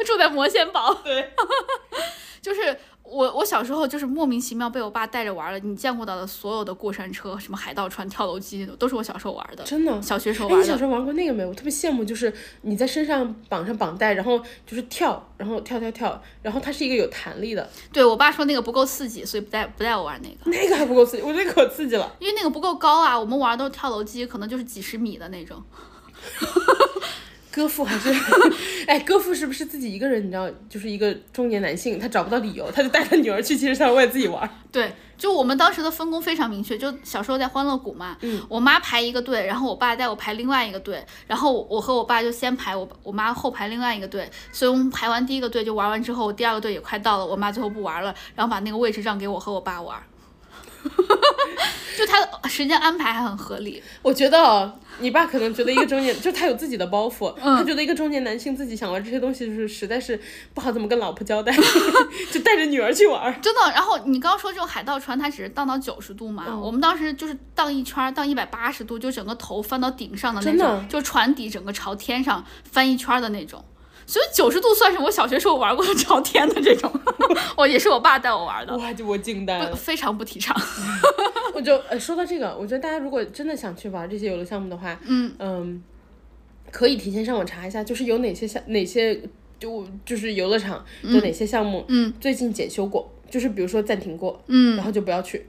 A: 住在魔仙堡，
B: 对，
A: 就是我我小时候就是莫名其妙被我爸带着玩了，你见过到的所有的过山车、什么海盗船、跳楼机，都是我小时候玩的，
B: 真的。
A: 小学时候
B: 哎，
A: 玩
B: 你 小
A: 的，
B: 时候玩过那个没有？我特别羡慕，就是你在身上绑上绑带，然后就是跳，然后跳跳跳，然后它是一个有弹力的，
A: 对我爸说那个不够刺激，所以不带不带我玩那个。
B: 那个还不够刺激，我觉得可刺激 了。
A: 因为那个不够高啊，我们玩的都是跳楼机，可能就是几十米的那种。
B: 歌父还 是，哎，歌父是不是自己一个人？你知道，就是一个中年男性，他找不到理由，他就带他女儿去，其实他为了自己玩。
A: 对，就我们当时的分工非常明确，就小时候在欢乐谷嘛，我妈排一个队，然后我爸带我排另外一个队，然后我和我爸就先排我我妈后排另外一个队，所以我们排完第一个队就玩完之后，我第二个队也快到了，我妈最后不玩了，然后把那个位置让给我和我爸玩。 就他的时间安排还很合理，
B: 我觉得哦你爸可能觉得一个中年，就他有自己的包袱，他觉得一个中年男性自己想玩这些东西，就是实在是不好怎么跟老婆交代， 就带着女儿去玩。
A: 真的。然后你刚说这种海盗船，它只是荡到九十度嘛，
B: 嗯
A: 我们当时就是荡一圈儿，荡一百八十度，就整个头翻到顶上的那
B: 真的
A: 种，就船底整个朝天上翻一圈儿的那种。所以九十度算是我小学时候玩过的朝天的这种， 我也是我爸带我玩的，
B: 哇，就我惊呆
A: 不
B: 了。
A: 非常不提倡。
B: 我就呃，说到这个，我觉得大家如果真的想去玩这些游乐项目的话，
A: 嗯
B: 嗯，可以提前上网查一下，就是有哪些项哪些就就是游乐场有哪些项目，
A: 嗯，
B: 最近检修过，就是比如说暂停过，
A: 嗯，
B: 然后就不要去。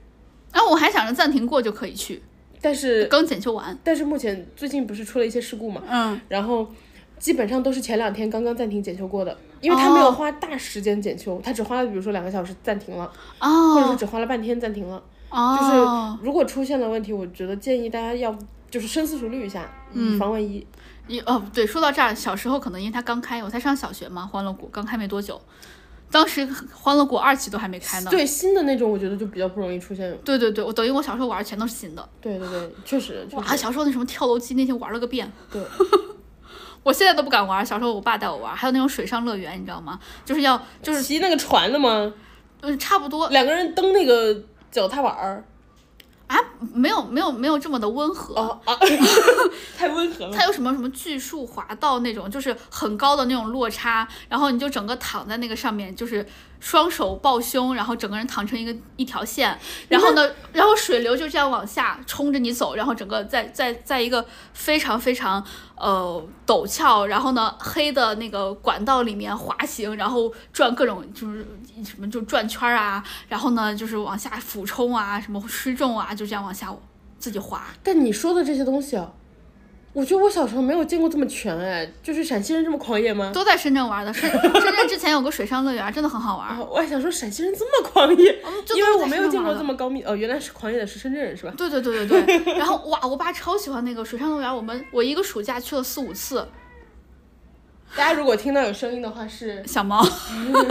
A: 然后我还想着暂停过就可以去，
B: 但是
A: 刚检修完。
B: 但是目前最近不是出了一些事故嘛，
A: 嗯，
B: 然后基本上都是前两天刚刚暂停检修过的，因为他没有
A: 哦
B: 花大时间检修，他只花了比如说两个小时暂停了，或者
A: 哦
B: 是只花了半天暂停了。
A: 哦，
B: 如果出现了问题，我觉得建议大家要就是深思熟虑一下，以防万一。
A: 一哦，对，说到这儿，小时候可能因为它刚开，我才上小学嘛，欢乐谷刚开没多久，当时欢乐谷二期都还没开呢。
B: 对新的那种，我觉得就比较不容易出现。
A: 对对对，我等于我小时候玩的全都是新的。
B: 对对对，确实，确
A: 哇，
B: 实
A: 小时候那什么跳楼机那些玩了个遍，
B: 对。
A: 我现在都不敢玩。小时候我爸带我玩，还有那种水上乐园，你知道吗？就是要就是
B: 骑那个船的吗？
A: 嗯差不多
B: 两个人蹬那个脚踏板儿。
A: 啊，没有没有没有这么的温和。
B: 哦啊，太温和了。
A: 它有什么什么巨树滑道那种，就是很高的那种落差，然后你就整个躺在那个上面，就是双手抱胸，然后整个人躺成一个一条线，然后呢，然后水流就这样往下冲着你走，然后整个在在在一个非常非常呃陡峭，然后呢黑的那个管道里面滑行，然后转各种就是什么就转圈儿啊，然后呢就是往下俯冲啊，什么失重啊，就这样往下自己滑。
B: 但你说的这些东西啊，我觉得我小时候没有见过这么全哎，就是陕西人这么狂野吗？
A: 都在深圳玩的。深深圳之前有个水上乐园，真的很好
B: 啊，
A: 玩。
B: 我还想说陕西人这么狂野，
A: 我们就
B: 因为
A: 都
B: 我
A: 在
B: 没
A: 深
B: 有
A: 圳
B: 见
A: 玩
B: 过
A: 的
B: 这。么高密哦，原来是狂野的是深圳人是吧？
A: 对对对对 对，然后哇，我爸超喜欢那个水上乐园，我们我一个暑假去了四五次。
B: 大家如果听到有声音的话是，
A: 小猫，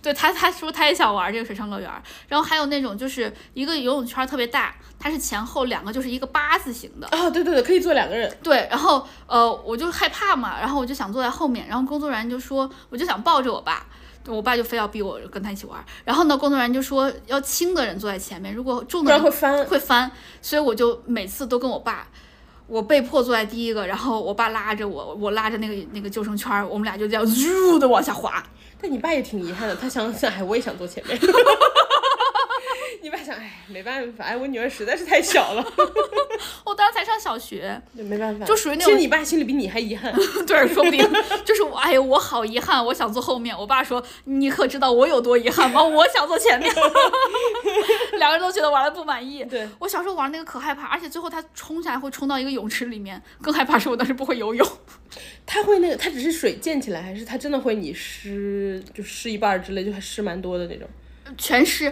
A: 对他他说他也想玩这个水上乐园，然后还有那种就是一个游泳圈特别大，它是前后两个就是一个八字形的，
B: 啊、对对对，可以坐两个人，
A: 对，然后呃，我就害怕嘛，然后我就想坐在后面，然后工作人员就说，我就想抱着我爸，我爸就非要逼我跟他一起玩儿，然后呢，工作人员就说要轻的人坐在前面，如果重
B: 不
A: 的
B: 然
A: 人
B: 会翻。
A: 会翻，所以我就每次都跟我爸。我被迫坐在第一个，然后我爸拉着我，我拉着那个那个救生圈儿，我们俩就这样 咻的往下滑。
B: 但你爸也挺遗憾的，他想了想，哎，我也想坐前面。 你爸想，哎，没办法，哎，我女儿实在是太小了，
A: 我当时才上小学，
B: 就 没办法，
A: 就属于那
B: 其
A: 种
B: 实你爸心里比你还遗憾。
A: 对，说不定就是我。哎呀，我好遗憾，我想坐后面。我爸说：“你可知道我有多遗憾吗？我想坐前面。” 两个人都觉得玩的不满意。
B: 对，
A: 我小时候玩那个可害怕，而且最后他冲下来会冲到一个泳池里面，更害怕是我当时不会游泳。
B: 他会那个，他只是水溅起来，还是他真的会你湿就湿一半儿之类，就还湿蛮多的那种。
A: 全湿，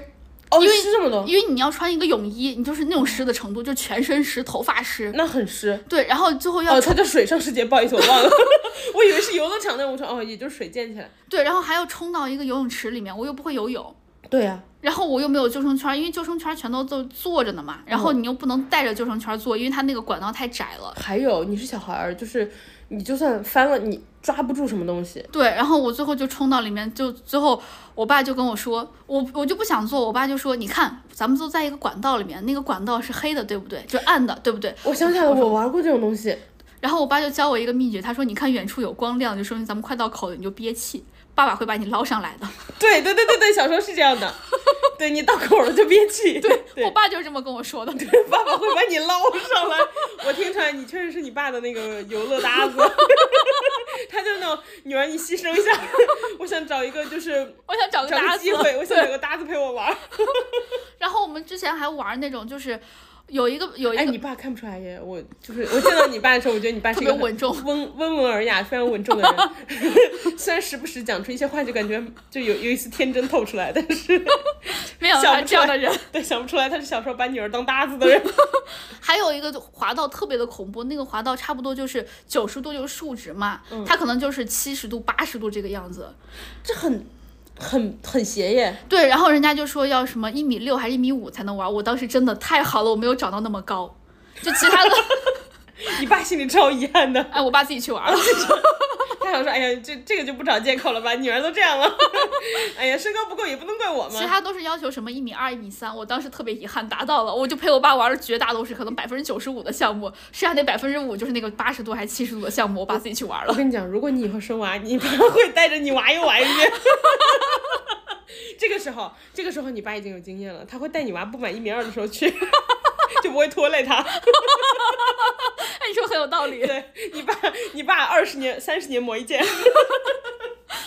B: 哦，
A: 因为
B: 湿这么多，
A: 因为你要穿一个泳衣，你就是那种湿的程度，就全身湿，头发湿。
B: 那很湿。
A: 对，然后最后要、
B: 嗯哦，它叫水上世界，不好意思，我忘了， 我以为是游乐场那种，我说哦，也就是水溅起来。
A: 对，然后还要冲到一个游泳池里面，我又不会游泳。
B: 对啊呀、
A: 然后我又没有救生圈，因为救生圈全都都坐着呢嘛，然
B: 嗯
A: 后你又不能带着救生圈坐，因为它那个管道太窄了。
B: 还有你是小孩儿，就是你就算翻了，你抓不住什么东西。
A: 对，然后我最后就冲到里面，就最后我爸就跟我说，我我就不想做，我爸就说，你看咱们都在一个管道里面，那个管道是黑的，对不对？就暗的，对不对？
B: 我想起来了，我玩过这种东西，
A: 然后我爸就教我一个秘诀，他说，你看远处有光亮，就说明咱们快到口了，你就憋气，爸爸会把你捞上来的。
B: 对对对对对，小时候是这样的，对你到口了就憋气， 对
A: 我爸就是这么跟我说的。
B: 爸爸会把你捞上来。我听出来，你确实是你爸的那个游乐搭子， 他就那种女儿，你牺牲一下， 我想找一个就是
A: 我想找个
B: 找
A: 搭
B: 个
A: 子
B: 机，会，我想找个搭子陪我玩儿。
A: 然后我们之前还玩那种，就是有一个有一
B: 哎，
A: 个
B: 你爸看不出来耶，我就是我见到你爸的时候，我觉得你爸是一个
A: 特别稳重
B: 很温温文尔雅、非常稳重的人。 虽然时不时讲出一些话，就感觉就有有一丝天真透出来，但是
A: 没有
B: 想
A: 他
B: 不
A: 这样
B: 出
A: 的人。
B: 但想不出来他是小时候把女儿当搭子的人。
A: 还有一个就滑道特别的恐怖，那个滑道差不多就是九十度就是竖直嘛，它可能就是七十度、八十度这个样子。
B: 这很很很邪耶，
A: 对，然后人家就说要什么一米六还是一米五才能玩，我当时真的太好了，我没有长到那么高。就其他的，
B: 你爸心里超遗憾的。
A: 哎，我爸自己去玩了。
B: 他想说，哎呀，这这个就不找借口了吧，女儿都这样了， 哎呀，身高不够也不能怪我
A: 其
B: 嘛。
A: 他都是要求什么一米二、一米三，我当时特别遗憾达到了，我就陪我爸玩了绝大多数可能百分之九十五的项目，剩下那百分之五就是那个八十度还七十度的项目，我爸自己去玩
B: 我
A: 了。
B: 跟你讲，如果你以后生娃， 你爸会带着你娃一玩一遍。 这个时候，这个时候你爸已经有经验了，他会带你娃不满一米二的时候 去，就不会拖累他。
A: 哎，你说很有道理。
B: 对你爸，你爸二十年、三十年磨一剑。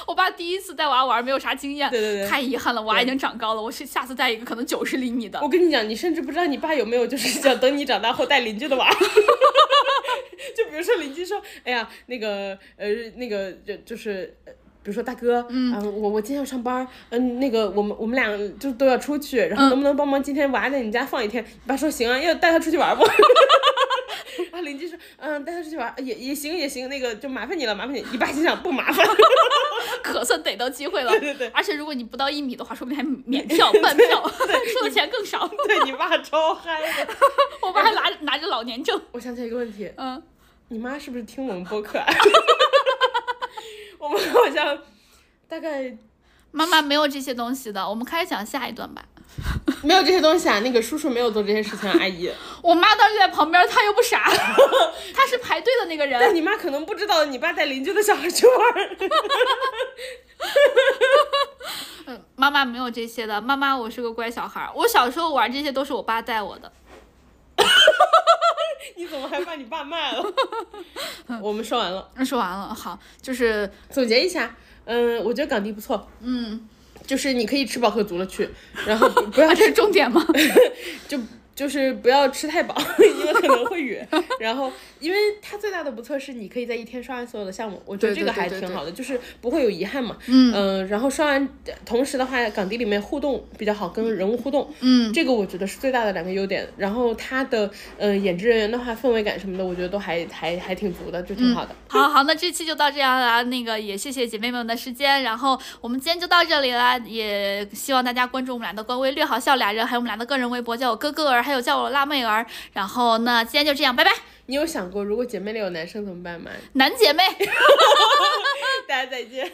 A: 我爸第一次带娃玩没有啥经验，
B: 对对对
A: 太遗憾了，娃已经长高了，我是下次带一个可能九十厘米的
B: 我。跟你讲，你甚至不知道你爸有没有就是 想等你长大后带邻居的娃。 就比如说邻居说，哎呀，那个呃，那个就就是。呃比如说大哥，嗯，我我今天要上班儿，嗯，那个我们我们俩就都要出去，然后能不能帮忙今天娃在你们家放一天？你爸说行啊，要带他出去玩儿不？ 然后邻居说，嗯，带他出去玩儿也也行也行，那个就麻烦你了，麻烦你。你爸心想不麻烦，
A: 可算逮到机会了。
B: 对对对
A: 而且如果你不到一米的话，说不定还免票、半票，收的钱更少。
B: 对你爸超嗨的。
A: 我爸还拿着拿着老年 证，
B: 我想起来一个问题，
A: 嗯，
B: 你妈是不是听我们播客、啊？ 我们好像大概
A: 妈妈没有这些东西的。我们开始讲下一段吧。
B: 没有这些东西啊。那个叔叔没有做这些事情、啊，阿姨。
A: 我妈当时在旁边，她又不 傻，她是排队的那个人。
B: 但你妈可能不知道，你爸带邻居的小孩去玩儿。
A: 嗯，妈妈没有这些的。妈妈，我是个乖小孩儿。我小时候玩这些都是我爸带我的。
B: 你怎么还把你爸 卖了？我们说完了，
A: 那说完了，好，就是
B: 总结一下，嗯、我觉得港迪不错，
A: 嗯，
B: 就是你可以吃饱喝足了去，然后不不要
A: 啊，这是重点吗？
B: 就就是不要吃太饱， 因为可能 会哕。然后，因为它最大的不错是，你可以在一天刷完所有的项目，我觉得
A: 对
B: 这个
A: 对对
B: 还
A: 对
B: 挺
A: 对
B: 好的，就是不会有遗憾嘛。
A: 嗯
B: 呃然后刷完，同时的话，港迪里面互动比较好，跟人物互动，
A: 嗯，
B: 这个我觉得是最大的两个优点。然后它的呃演职人员的话，氛围感什么的，我觉得都还还还挺足的，就
A: 嗯
B: 挺好的。
A: 好好，那这期就到这样啦。那个也谢谢姐妹们的时间，然后我们今天就到这里啦。也希望大家关注我们俩的官微“略好笑俩人”，还有我们俩的个人微博，叫我哥哥儿，还有叫我辣妹儿。然后那今天就这样，拜拜，
B: 你有想过，如果姐妹里有男生怎么办吗？
A: 男姐妹。
B: 大家再见。